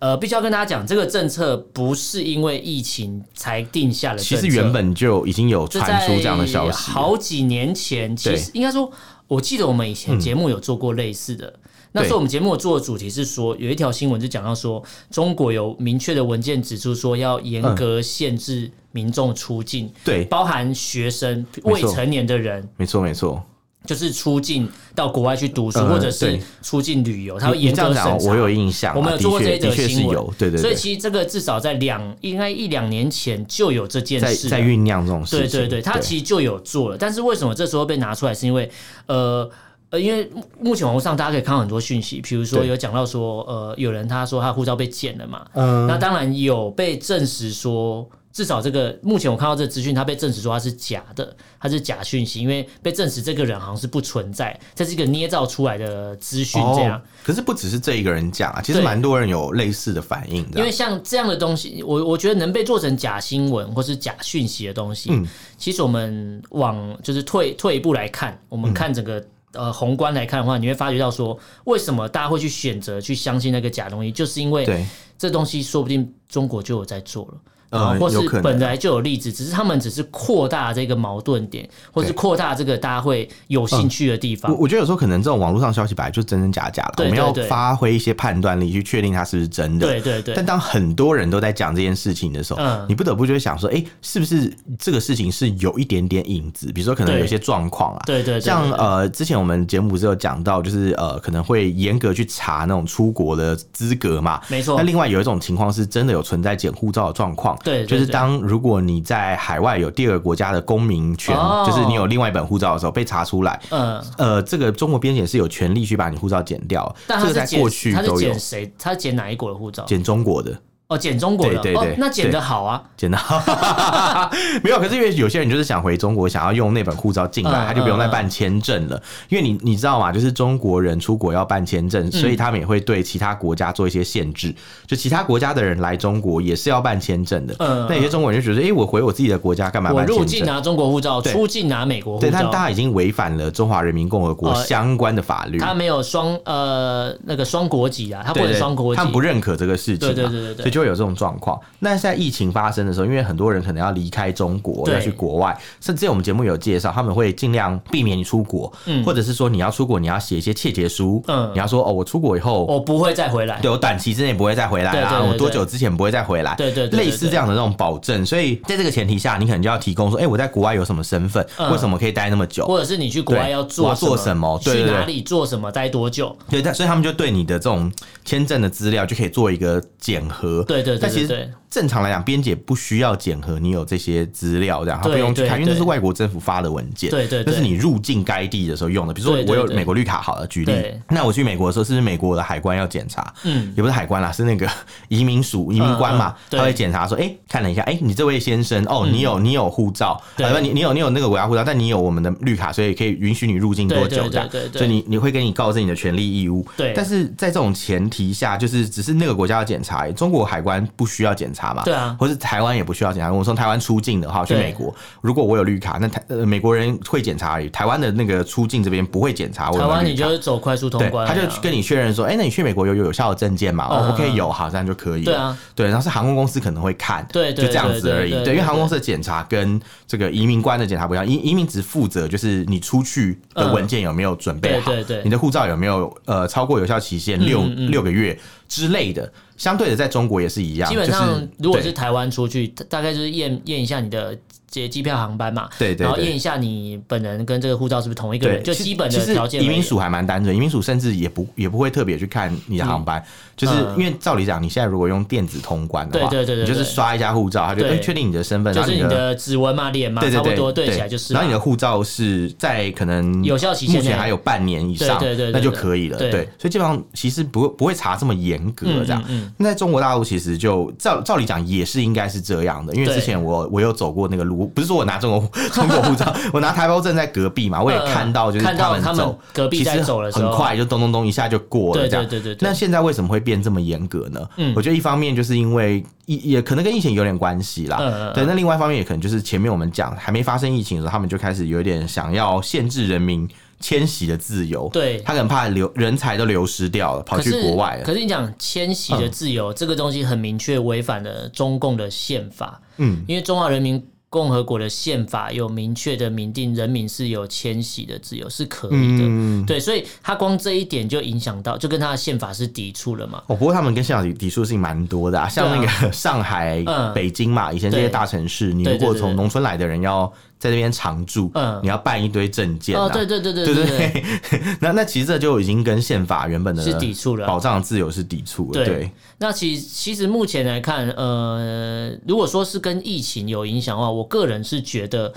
[SPEAKER 1] 呃，必须要跟大家讲，这个政策不是因为疫情才定下的
[SPEAKER 2] 其
[SPEAKER 1] 政策，
[SPEAKER 2] 实原本就已经有
[SPEAKER 1] 这
[SPEAKER 2] 传
[SPEAKER 1] 在
[SPEAKER 2] 出这样的消息了，
[SPEAKER 1] 好几年前，其实应该说，我记得我们以
[SPEAKER 2] 嗯
[SPEAKER 1] 前节目有做过类似的。那时候我们节目做的主题是说，有一条新闻就讲到说，中国有明确的文件指出说要严格限制民众出境，
[SPEAKER 2] 嗯对
[SPEAKER 1] 包含学生、
[SPEAKER 2] 错
[SPEAKER 1] 未成年的人，
[SPEAKER 2] 没错没错。
[SPEAKER 1] 就是出境到国外去读书，
[SPEAKER 2] 嗯
[SPEAKER 1] 或者是
[SPEAKER 2] 对
[SPEAKER 1] 出境旅游，他会
[SPEAKER 2] 你
[SPEAKER 1] 严
[SPEAKER 2] 这
[SPEAKER 1] 格
[SPEAKER 2] 样
[SPEAKER 1] 审查
[SPEAKER 2] 讲，。我有印象啊，
[SPEAKER 1] 我们有做过
[SPEAKER 2] 的
[SPEAKER 1] 这
[SPEAKER 2] 确
[SPEAKER 1] 一则
[SPEAKER 2] 的确是
[SPEAKER 1] 新闻
[SPEAKER 2] 有，对对
[SPEAKER 1] 所以
[SPEAKER 2] 对，
[SPEAKER 1] 其实这个至少在两应该一两年前就有这件
[SPEAKER 2] 在
[SPEAKER 1] 事了，
[SPEAKER 2] 在酝酿这种事
[SPEAKER 1] 对
[SPEAKER 2] 情，
[SPEAKER 1] 对对，他其实就有做了，但是为什么这时候被拿出来？是因为呃。呃，因为目目前网络上大家可以看到很多讯息，比如说
[SPEAKER 2] 对
[SPEAKER 1] 有讲到说，呃，有人他说他护照被剪了嘛，
[SPEAKER 2] 嗯
[SPEAKER 1] 那当然有被证实说，至少这个目前我看到这个资讯，他被证实说他是假的，他是假讯息，因为被证实这个人好像是不存在，这是一个捏造出来的资讯这样。
[SPEAKER 2] 哦，可是不只是这一个人讲啊，其实
[SPEAKER 1] 对
[SPEAKER 2] 蛮多人有类似的反应，这
[SPEAKER 1] 因
[SPEAKER 2] 样
[SPEAKER 1] 为像这样的东西，我我觉得能被做成假新闻或是假讯息的东西，
[SPEAKER 2] 嗯
[SPEAKER 1] 其实我们往就是退退一步来看，我
[SPEAKER 2] 嗯
[SPEAKER 1] 们看整个。呃，宏观来看的话，你会发觉到说，为什么大家会去选择去相信那个假东西，就是因为
[SPEAKER 2] 对
[SPEAKER 1] 这东西说不定中国就有在做了。啊，
[SPEAKER 2] 嗯
[SPEAKER 1] 或是
[SPEAKER 2] 有可能
[SPEAKER 1] 本来就有例子，只是他们只是扩大这个矛盾点，或是
[SPEAKER 2] 对嗯
[SPEAKER 1] 扩大这个大家会有兴趣的地
[SPEAKER 2] 啊我
[SPEAKER 1] 方。
[SPEAKER 2] 我觉得有时候可能这种网络上消息本来就是真真假假的，
[SPEAKER 1] 对
[SPEAKER 2] 我们要
[SPEAKER 1] 对对
[SPEAKER 2] 发挥一些判断力去确定它是不是真的。
[SPEAKER 1] 对对对
[SPEAKER 2] 但，当很多人都在讲这件事情的时候，
[SPEAKER 1] 嗯
[SPEAKER 2] 你不得不就会想说，哎、是不是这个事情是有一点点影子？比如说，可能
[SPEAKER 1] 对
[SPEAKER 2] 有一些状况啊，
[SPEAKER 1] 对对对，
[SPEAKER 2] 像
[SPEAKER 1] 对
[SPEAKER 2] 呃，之前我们节目不是有讲到，就是呃，可能会严格去查那种出国的资格嘛。
[SPEAKER 1] 没错
[SPEAKER 2] 那另外有一种情况是真的有存在捡护照的状况，
[SPEAKER 1] 对对
[SPEAKER 2] 就是
[SPEAKER 1] 对
[SPEAKER 2] 当如果你在海外有第二个国家的公民权，
[SPEAKER 1] 哦
[SPEAKER 2] 就是你有另外一本护照的时候被查出来，
[SPEAKER 1] 嗯，
[SPEAKER 2] 呃，这个中国边检是有权利去把你护照剪掉，
[SPEAKER 1] 但
[SPEAKER 2] 这
[SPEAKER 1] 他
[SPEAKER 2] 个
[SPEAKER 1] 是
[SPEAKER 2] 在
[SPEAKER 1] 捡
[SPEAKER 2] 过去
[SPEAKER 1] 他是
[SPEAKER 2] 都有
[SPEAKER 1] 捡谁？他是捡哪一国的护照？
[SPEAKER 2] 剪中国的。
[SPEAKER 1] 哦，捡中国的，
[SPEAKER 2] 对对对
[SPEAKER 1] 哦，那捡
[SPEAKER 2] 对
[SPEAKER 1] 的好啊，
[SPEAKER 2] 剪到 没有，可是因为有些人就是想回中国，想要用那本护照进来，
[SPEAKER 1] 嗯
[SPEAKER 2] 他就不用再办签证了。因为你你知道嘛，就是中国人出国要办签证，所以他们也会对其他国家做一些限制，就其他国家的人来中国也是要办签证的。
[SPEAKER 1] 嗯
[SPEAKER 2] 那有些中国人就觉得，哎、我回我自己的国家干嘛
[SPEAKER 1] 我
[SPEAKER 2] 办
[SPEAKER 1] 入
[SPEAKER 2] 签
[SPEAKER 1] 境
[SPEAKER 2] 证？
[SPEAKER 1] 拿中国护照，
[SPEAKER 2] 对
[SPEAKER 1] 出境拿美国护
[SPEAKER 2] 对，但
[SPEAKER 1] 照。
[SPEAKER 2] 大家已经违反了中华人民共和国
[SPEAKER 1] 呃
[SPEAKER 2] 相关的法律。
[SPEAKER 1] 他没有双呃那个双国籍啊，他不
[SPEAKER 2] 对
[SPEAKER 1] 能
[SPEAKER 2] 对
[SPEAKER 1] 双国籍，
[SPEAKER 2] 他们不认可这个事情嘛，啊
[SPEAKER 1] 对对对对对
[SPEAKER 2] 所以就会有这种状况。那在疫情发生的时候，因为很多人可能要离开中国，
[SPEAKER 1] 对
[SPEAKER 2] 要去国外，甚至我们节目有介绍，他们会尽量避免你出国，或者是说你要出国，你要写一些切结书，
[SPEAKER 1] 嗯
[SPEAKER 2] 你要说哦，我出国以后。
[SPEAKER 1] 我不会再回来。
[SPEAKER 2] 对我短期之内不会再回来啦，
[SPEAKER 1] 对对对对
[SPEAKER 2] 我多久之前不会再回来，
[SPEAKER 1] 对对对对对
[SPEAKER 2] 类似这样的那种保证，所以在这个前提下，你可能就要提供说，哎、我在国外有什么身份，
[SPEAKER 1] 嗯
[SPEAKER 2] 为什么可以待那么久？
[SPEAKER 1] 或者是你去国外
[SPEAKER 2] 对
[SPEAKER 1] 要
[SPEAKER 2] 我
[SPEAKER 1] 做
[SPEAKER 2] 要做什么对对
[SPEAKER 1] 去
[SPEAKER 2] 对
[SPEAKER 1] 哪里做什么，待多久？
[SPEAKER 2] 对，但所以他们就对你的这种签证的资料就可以做一个检核。
[SPEAKER 1] 对对对
[SPEAKER 2] 但其
[SPEAKER 1] 对
[SPEAKER 2] 实
[SPEAKER 1] 对
[SPEAKER 2] 正常来讲，编姐不需要检核你有这些资料，这样她不
[SPEAKER 1] 对
[SPEAKER 2] 用去
[SPEAKER 1] 对
[SPEAKER 2] 看，因为那
[SPEAKER 1] 对
[SPEAKER 2] 是外国政府发的文件。
[SPEAKER 1] 对对
[SPEAKER 2] 那是
[SPEAKER 1] 对
[SPEAKER 2] 你入境该地的时候用的。比如说
[SPEAKER 1] 对对
[SPEAKER 2] 我有
[SPEAKER 1] 对
[SPEAKER 2] 美国绿卡，好了，举例
[SPEAKER 1] 对，
[SPEAKER 2] 那我去美国的时候，是不是美国的海关要检查？
[SPEAKER 1] 嗯，
[SPEAKER 2] 也不是海关啦，是那个 移民署、移民官嘛，
[SPEAKER 1] 嗯对嗯
[SPEAKER 2] 他会检查说，哎、看了一下，哎、你这位先生，哦，你有你有护照，
[SPEAKER 1] 对
[SPEAKER 2] 呃不你你有你有那个国家护照，但你有我们的绿卡，所以可以允许你入境多
[SPEAKER 1] 对对
[SPEAKER 2] 久这样，
[SPEAKER 1] 对对对
[SPEAKER 2] 所以你你会跟你告知你的权利义务，
[SPEAKER 1] 对
[SPEAKER 2] 但是在这种前提下，就是只是那个国家要检查，中国海关不需要检查嘛，
[SPEAKER 1] 对啊
[SPEAKER 2] 或是台湾也不需要检查，我从台湾出境的话去
[SPEAKER 1] 对
[SPEAKER 2] 美国，如果我有绿卡，那台、呃、美国人会检查而已，台湾的那个出境这边不会检查我有
[SPEAKER 1] 台
[SPEAKER 2] 没有
[SPEAKER 1] 湾
[SPEAKER 2] 绿
[SPEAKER 1] 你
[SPEAKER 2] 卡
[SPEAKER 1] 就是走快速通
[SPEAKER 2] 对，
[SPEAKER 1] 关
[SPEAKER 2] 他
[SPEAKER 1] 啊，
[SPEAKER 2] 就去跟你确认说，哎、那你去美国有有效的证件嘛？哦
[SPEAKER 1] 嗯
[SPEAKER 2] ，OK，有，好，这样就可以了。
[SPEAKER 1] 对啊，
[SPEAKER 2] 对，然后是航空公司可能会看，
[SPEAKER 1] 对对
[SPEAKER 2] 就这样子而已。
[SPEAKER 1] 对对对
[SPEAKER 2] 对，因
[SPEAKER 1] 对
[SPEAKER 2] 为航空公司的检查跟这个移民官的检查不一样，移移民只负责就是你出去的文件有没有准备好，
[SPEAKER 1] 嗯对对对嗯
[SPEAKER 2] 你的护照有没有呃超过有效期限六六个月之类的。相对的，在中国也是一样，啊
[SPEAKER 1] 基本上，
[SPEAKER 2] 就是
[SPEAKER 1] 如果
[SPEAKER 2] 对
[SPEAKER 1] 是台湾出去，大大概就是验验一下你的机机票航班嘛，
[SPEAKER 2] 对对
[SPEAKER 1] 然后
[SPEAKER 2] 对
[SPEAKER 1] 验一下你本人跟这个护照是不是同一个
[SPEAKER 2] 对，
[SPEAKER 1] 人，就
[SPEAKER 2] 其
[SPEAKER 1] 基本
[SPEAKER 2] 其
[SPEAKER 1] 的
[SPEAKER 2] 实
[SPEAKER 1] 条件而已。
[SPEAKER 2] 移民署还蛮单纯，移民署甚至也不也不会特别去看你的
[SPEAKER 1] 嗯
[SPEAKER 2] 航班，就是因为照理讲，你现在如果用电子通关的话，
[SPEAKER 1] 对对对对
[SPEAKER 2] 你就是
[SPEAKER 1] 对
[SPEAKER 2] 刷一下护照，他就
[SPEAKER 1] 对
[SPEAKER 2] 哎确定你的身份，
[SPEAKER 1] 就
[SPEAKER 2] 然后
[SPEAKER 1] 是你
[SPEAKER 2] 的。
[SPEAKER 1] 的指纹嘛、脸嘛，
[SPEAKER 2] 对对
[SPEAKER 1] 差不
[SPEAKER 2] 对，
[SPEAKER 1] 多
[SPEAKER 2] 对
[SPEAKER 1] 对起来就是嘛。
[SPEAKER 2] 然后你的护照是在可能
[SPEAKER 1] 有效期限
[SPEAKER 2] 目前
[SPEAKER 1] 内
[SPEAKER 2] 还有半年以上，
[SPEAKER 1] 对对对对
[SPEAKER 2] 那就可以了。
[SPEAKER 1] 对
[SPEAKER 2] 对，所以基本上其实不不会查这么严格
[SPEAKER 1] 嗯
[SPEAKER 2] 这样。
[SPEAKER 1] 嗯嗯
[SPEAKER 2] 那在中国大陆其实就照照理讲也是应该是这样的，因为
[SPEAKER 1] 对
[SPEAKER 2] 之前我我有走过那个路，不是说我拿中国 中国护照， 我拿台胞证在隔壁嘛，我也
[SPEAKER 1] 嗯嗯
[SPEAKER 2] 看到就是
[SPEAKER 1] 看到
[SPEAKER 2] 们
[SPEAKER 1] 他们
[SPEAKER 2] 走
[SPEAKER 1] 隔壁
[SPEAKER 2] 其
[SPEAKER 1] 在
[SPEAKER 2] 实
[SPEAKER 1] 走的时
[SPEAKER 2] 很
[SPEAKER 1] 候
[SPEAKER 2] 快就咚咚咚一下就过了
[SPEAKER 1] 对
[SPEAKER 2] 这样。
[SPEAKER 1] 对对对对
[SPEAKER 2] 那现在为什么会变这么严格呢？
[SPEAKER 1] 嗯
[SPEAKER 2] 我觉得一方面就是因为也也可能跟疫情有点关系啦，
[SPEAKER 1] 嗯嗯嗯
[SPEAKER 2] 对，那另外一方面也可能就是前面我们讲还没发生疫情的时候，他们就开始有点想要限制人民迁徙的自由，
[SPEAKER 1] 对
[SPEAKER 2] 他可能怕流人才都流失掉了，跑
[SPEAKER 1] 可
[SPEAKER 2] 去
[SPEAKER 1] 是，
[SPEAKER 2] 国外了。嗯
[SPEAKER 1] 可是你讲迁徙的自由、这个东西，很明确违反了中共的宪法。
[SPEAKER 2] 嗯，
[SPEAKER 1] 因为中华人民共和国的宪法有明确的明定，人民是有迁徙的自由，是可以的。
[SPEAKER 2] 嗯
[SPEAKER 1] 对，所以他光这一点就影响到，就跟他的宪法是抵触了嘛。
[SPEAKER 2] 哦，不过他们跟香港抵抵触的事情蛮多的、啊，像那个上海、
[SPEAKER 1] 嗯
[SPEAKER 2] 北京嘛，以前这些
[SPEAKER 1] 对
[SPEAKER 2] 大城市，你
[SPEAKER 1] 对
[SPEAKER 2] 如果
[SPEAKER 1] 对对
[SPEAKER 2] 从
[SPEAKER 1] 对
[SPEAKER 2] 农村来的人要在这边常住，
[SPEAKER 1] 嗯
[SPEAKER 2] 你要办一堆证件、啊，
[SPEAKER 1] 哦，对对对对
[SPEAKER 2] 对
[SPEAKER 1] 对
[SPEAKER 2] 对对，那那其实这就已经跟宪法原本 的
[SPEAKER 1] 是抵触了
[SPEAKER 2] 保障自由是抵触了，
[SPEAKER 1] 对
[SPEAKER 2] 对
[SPEAKER 1] 那其其实目前来看，呃，如果说是跟疫情有影响的话，我个人是觉得，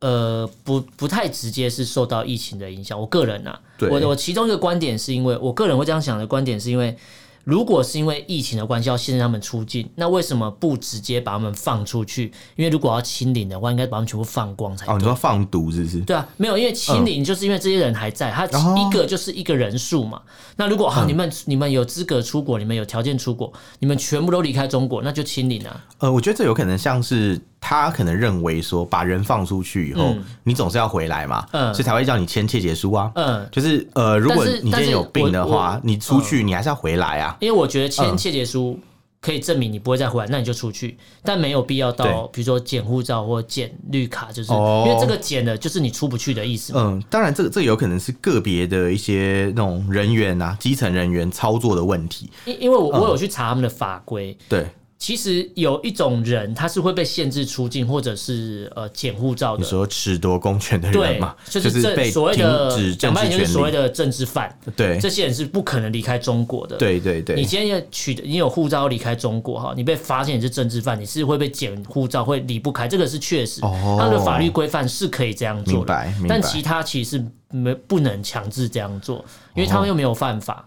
[SPEAKER 1] 呃，不不太直接是受到疫情的影响。我个人啊，
[SPEAKER 2] 对
[SPEAKER 1] 我我其中一个观点是因为，我个人会这样想的观点是因为。如果是因为疫情的关系要限制他们出境，那为什么不直接把他们放出去？因为如果要清零的话，应该把他们全部放光才对。
[SPEAKER 2] 哦，你说放毒是不是？
[SPEAKER 1] 对啊，没有，因为清零就是因为这些人还在，他
[SPEAKER 2] 嗯哦嗯
[SPEAKER 1] 一个就是一个人数嘛。那如果啊，你们你们有资格出国，你们有条件出国，你们全部都离开中国，那就清零啊。
[SPEAKER 2] 呃，我觉得这有可能像是他可能认为说，把人放出去以后，
[SPEAKER 1] 嗯
[SPEAKER 2] 你总是要回来嘛，
[SPEAKER 1] 嗯
[SPEAKER 2] 所以才会叫你签切结书啊。
[SPEAKER 1] 嗯，
[SPEAKER 2] 就是呃，如果
[SPEAKER 1] 但是
[SPEAKER 2] 你今天有病的话
[SPEAKER 1] 但是我我，嗯
[SPEAKER 2] 你出去你还是要回来啊。
[SPEAKER 1] 因为我觉得签
[SPEAKER 2] 嗯
[SPEAKER 1] 切结书可以证明你不会再回来，那你就出去，但没有必要到比如说捡护照或捡绿卡，就是、
[SPEAKER 2] 哦
[SPEAKER 1] 因为这个捡了就是你出不去的意思嘛。
[SPEAKER 2] 嗯，当然这个这个有可能是个别的一些那种人员啊，基层人员操作的问题。
[SPEAKER 1] 因因为我
[SPEAKER 2] 嗯
[SPEAKER 1] 我有去查他们的法规，
[SPEAKER 2] 对，
[SPEAKER 1] 其实有一种人他是会被限制出境或者是呃捡护照
[SPEAKER 2] 你
[SPEAKER 1] 的，
[SPEAKER 2] 说褫夺公权的
[SPEAKER 1] 对
[SPEAKER 2] 人嘛，，
[SPEAKER 1] 就
[SPEAKER 2] 就是
[SPEAKER 1] 政
[SPEAKER 2] 被
[SPEAKER 1] 所谓
[SPEAKER 2] 停
[SPEAKER 1] 的
[SPEAKER 2] 止
[SPEAKER 1] 讲
[SPEAKER 2] 政
[SPEAKER 1] 白
[SPEAKER 2] 治
[SPEAKER 1] 一点就是所谓
[SPEAKER 2] 权利。
[SPEAKER 1] 的政治犯，
[SPEAKER 2] 对
[SPEAKER 1] 这些人是不可能离开中国的。。
[SPEAKER 2] 对对
[SPEAKER 1] 你
[SPEAKER 2] 对，
[SPEAKER 1] 今天要取得，你有护照离开中国哈，你被发现你是政治犯，你是会被检护照，会离不开，这个是确实，
[SPEAKER 2] 哦
[SPEAKER 1] 他的法律规范是可以这样做
[SPEAKER 2] 明
[SPEAKER 1] 的，
[SPEAKER 2] 白明白
[SPEAKER 1] 但。其他其实没不能强制这样做，因为他们又没有犯法。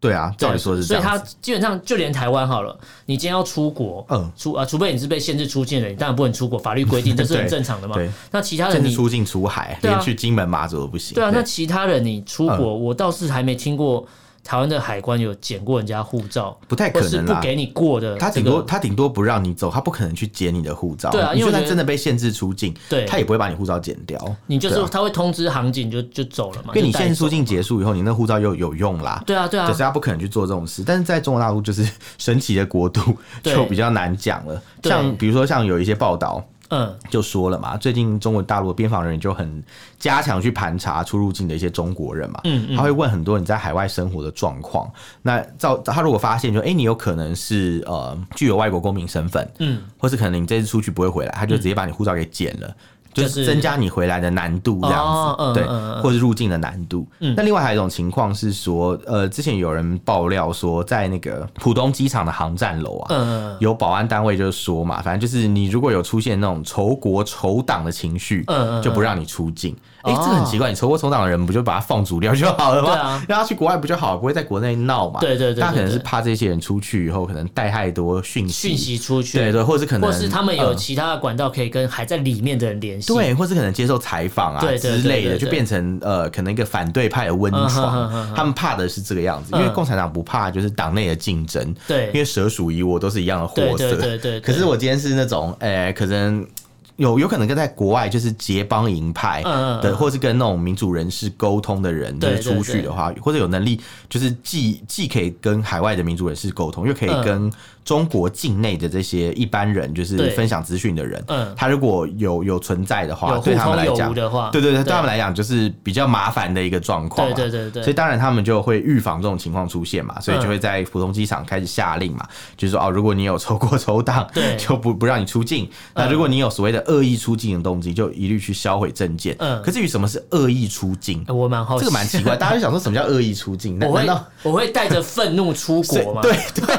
[SPEAKER 2] 对啊，哦照理说是这
[SPEAKER 1] 所以
[SPEAKER 2] 样
[SPEAKER 1] 他
[SPEAKER 2] 子。
[SPEAKER 1] 基本上就连台湾好了，你今天要出国，
[SPEAKER 2] 嗯
[SPEAKER 1] 除啊，除非你是被限制出境的，你当然不能出国，法律 规定这是很
[SPEAKER 2] 对
[SPEAKER 1] 正常的嘛
[SPEAKER 2] 对。
[SPEAKER 1] 那其他人
[SPEAKER 2] 甚至
[SPEAKER 1] 你
[SPEAKER 2] 出境出海，
[SPEAKER 1] 对啊
[SPEAKER 2] 连去金门、马祖都不行。
[SPEAKER 1] 对啊，那其他人你出国，
[SPEAKER 2] 嗯
[SPEAKER 1] 我倒是还没听过台湾的海关有检过人家护照，
[SPEAKER 2] 不太
[SPEAKER 1] 或
[SPEAKER 2] 可
[SPEAKER 1] 是
[SPEAKER 2] 能
[SPEAKER 1] 不
[SPEAKER 2] 啦。
[SPEAKER 1] 给你过的这个。
[SPEAKER 2] 他顶多他顶多不让你走，他不可能去解你的护照。
[SPEAKER 1] 对啊
[SPEAKER 2] 你
[SPEAKER 1] 因为我
[SPEAKER 2] 就
[SPEAKER 1] 觉
[SPEAKER 2] 算
[SPEAKER 1] 得
[SPEAKER 2] 真的被限制出境，
[SPEAKER 1] 对
[SPEAKER 2] 他也不会把你护照剪掉。
[SPEAKER 1] 你就是
[SPEAKER 2] 对啊
[SPEAKER 1] 他会通知航警就就走了嘛，
[SPEAKER 2] 因为你
[SPEAKER 1] 就带
[SPEAKER 2] 限制
[SPEAKER 1] 走
[SPEAKER 2] 出境
[SPEAKER 1] 嘛
[SPEAKER 2] 结束以后，你那护照又有用啦。
[SPEAKER 1] 对啊对啊
[SPEAKER 2] 可是，他不可能去做这种事。但是在中国大陆就是 神奇的国度，
[SPEAKER 1] 对
[SPEAKER 2] 就比较难讲了。
[SPEAKER 1] 对
[SPEAKER 2] 像比如说像有一些报道。
[SPEAKER 1] 嗯，
[SPEAKER 2] 就说了嘛，最近中国大陆的边防人员就很加强去盘查出入境的一些中国人嘛，
[SPEAKER 1] 嗯嗯
[SPEAKER 2] 他会问很多你在海外生活的状况。那照他如果发现就，诶哎，你有可能是呃具有外国公民身份，
[SPEAKER 1] 嗯，
[SPEAKER 2] 或是可能你这次出去不会回来，他就直接把你护照给剪了。就
[SPEAKER 1] 就是
[SPEAKER 2] 是增加你回来的难度这样子，
[SPEAKER 1] 哦嗯
[SPEAKER 2] 对，
[SPEAKER 1] 嗯嗯
[SPEAKER 2] 或是入境的难度。
[SPEAKER 1] 嗯
[SPEAKER 2] 那另外还有一种情况是说，呃，之前有人爆料说，在那个浦东机场的航站楼啊，
[SPEAKER 1] 嗯
[SPEAKER 2] 有保安单位就说嘛，反正就是你如果有出现那种仇国仇党的情绪，
[SPEAKER 1] 嗯嗯嗯
[SPEAKER 2] 就不让你出境。哎、
[SPEAKER 1] 哦
[SPEAKER 2] 这个很奇怪，你仇国仇党的人不就把他放逐掉就好了吗？
[SPEAKER 1] 对 啊
[SPEAKER 2] 让他去国外不就好，不会在国内闹嘛？
[SPEAKER 1] 对对对对
[SPEAKER 2] 他可能是
[SPEAKER 1] 对
[SPEAKER 2] 怕这些人出去以后，可能带太多讯息，
[SPEAKER 1] 讯息出去，
[SPEAKER 2] 对对，或者是可能，
[SPEAKER 1] 或是他们有
[SPEAKER 2] 嗯
[SPEAKER 1] 其他的管道可以跟还在里面的人联系，
[SPEAKER 2] 对，或是可能接受采访啊
[SPEAKER 1] 对对对
[SPEAKER 2] 之类
[SPEAKER 1] 对对
[SPEAKER 2] 的，就变成呃，可能一个反对派的温
[SPEAKER 1] 嗯哼哼哼
[SPEAKER 2] 床
[SPEAKER 1] 哼。
[SPEAKER 2] 他们怕的是这个样子，因为
[SPEAKER 1] 嗯
[SPEAKER 2] 共产党不怕就是党内的竞争，
[SPEAKER 1] 对
[SPEAKER 2] 因为蛇鼠蚁我都是一样的
[SPEAKER 1] 对
[SPEAKER 2] 货
[SPEAKER 1] 对
[SPEAKER 2] 色。
[SPEAKER 1] 对对，
[SPEAKER 2] 可是
[SPEAKER 1] 对
[SPEAKER 2] 我今天是那种，呃，可能有有可能跟在国外就是结帮营派
[SPEAKER 1] 嗯嗯
[SPEAKER 2] 的，
[SPEAKER 1] 嗯
[SPEAKER 2] 或是跟那种民主人士沟通的人，就
[SPEAKER 1] 对
[SPEAKER 2] 是出去
[SPEAKER 1] 对对
[SPEAKER 2] 的话，或者有能力，就是既既可以跟海外的民主人士沟通，又可以
[SPEAKER 1] 嗯
[SPEAKER 2] 跟中国境内的这些一般人，就是
[SPEAKER 1] 对
[SPEAKER 2] 分享资讯的人
[SPEAKER 1] 嗯，
[SPEAKER 2] 他如果有有存在的话，
[SPEAKER 1] 有
[SPEAKER 2] 对
[SPEAKER 1] 互
[SPEAKER 2] 他
[SPEAKER 1] 通
[SPEAKER 2] 们来
[SPEAKER 1] 有
[SPEAKER 2] 讲
[SPEAKER 1] 无。的话，
[SPEAKER 2] 对对对，对他们来讲就是比较麻烦的一个状况、啊。
[SPEAKER 1] 对对对对
[SPEAKER 2] 所以当然他们就会预防这种情况出现嘛，所
[SPEAKER 1] 嗯
[SPEAKER 2] 以就会在浦东机场开始下令嘛，就是说哦，如果你有仇国仇党，
[SPEAKER 1] 对嗯
[SPEAKER 2] 就不不让你出境。那如果你有所谓的恶意出境的动机，就一律去销毁证件。
[SPEAKER 1] 嗯
[SPEAKER 2] 可至于什么是恶意出境
[SPEAKER 1] 哎，，我蛮好奇，
[SPEAKER 2] 这个蛮奇怪，大家就想说什么叫恶意 出境？难
[SPEAKER 1] 我
[SPEAKER 2] 难
[SPEAKER 1] 会
[SPEAKER 2] 道
[SPEAKER 1] 我会带着愤怒出
[SPEAKER 2] 对
[SPEAKER 1] 国吗？，
[SPEAKER 2] 对对，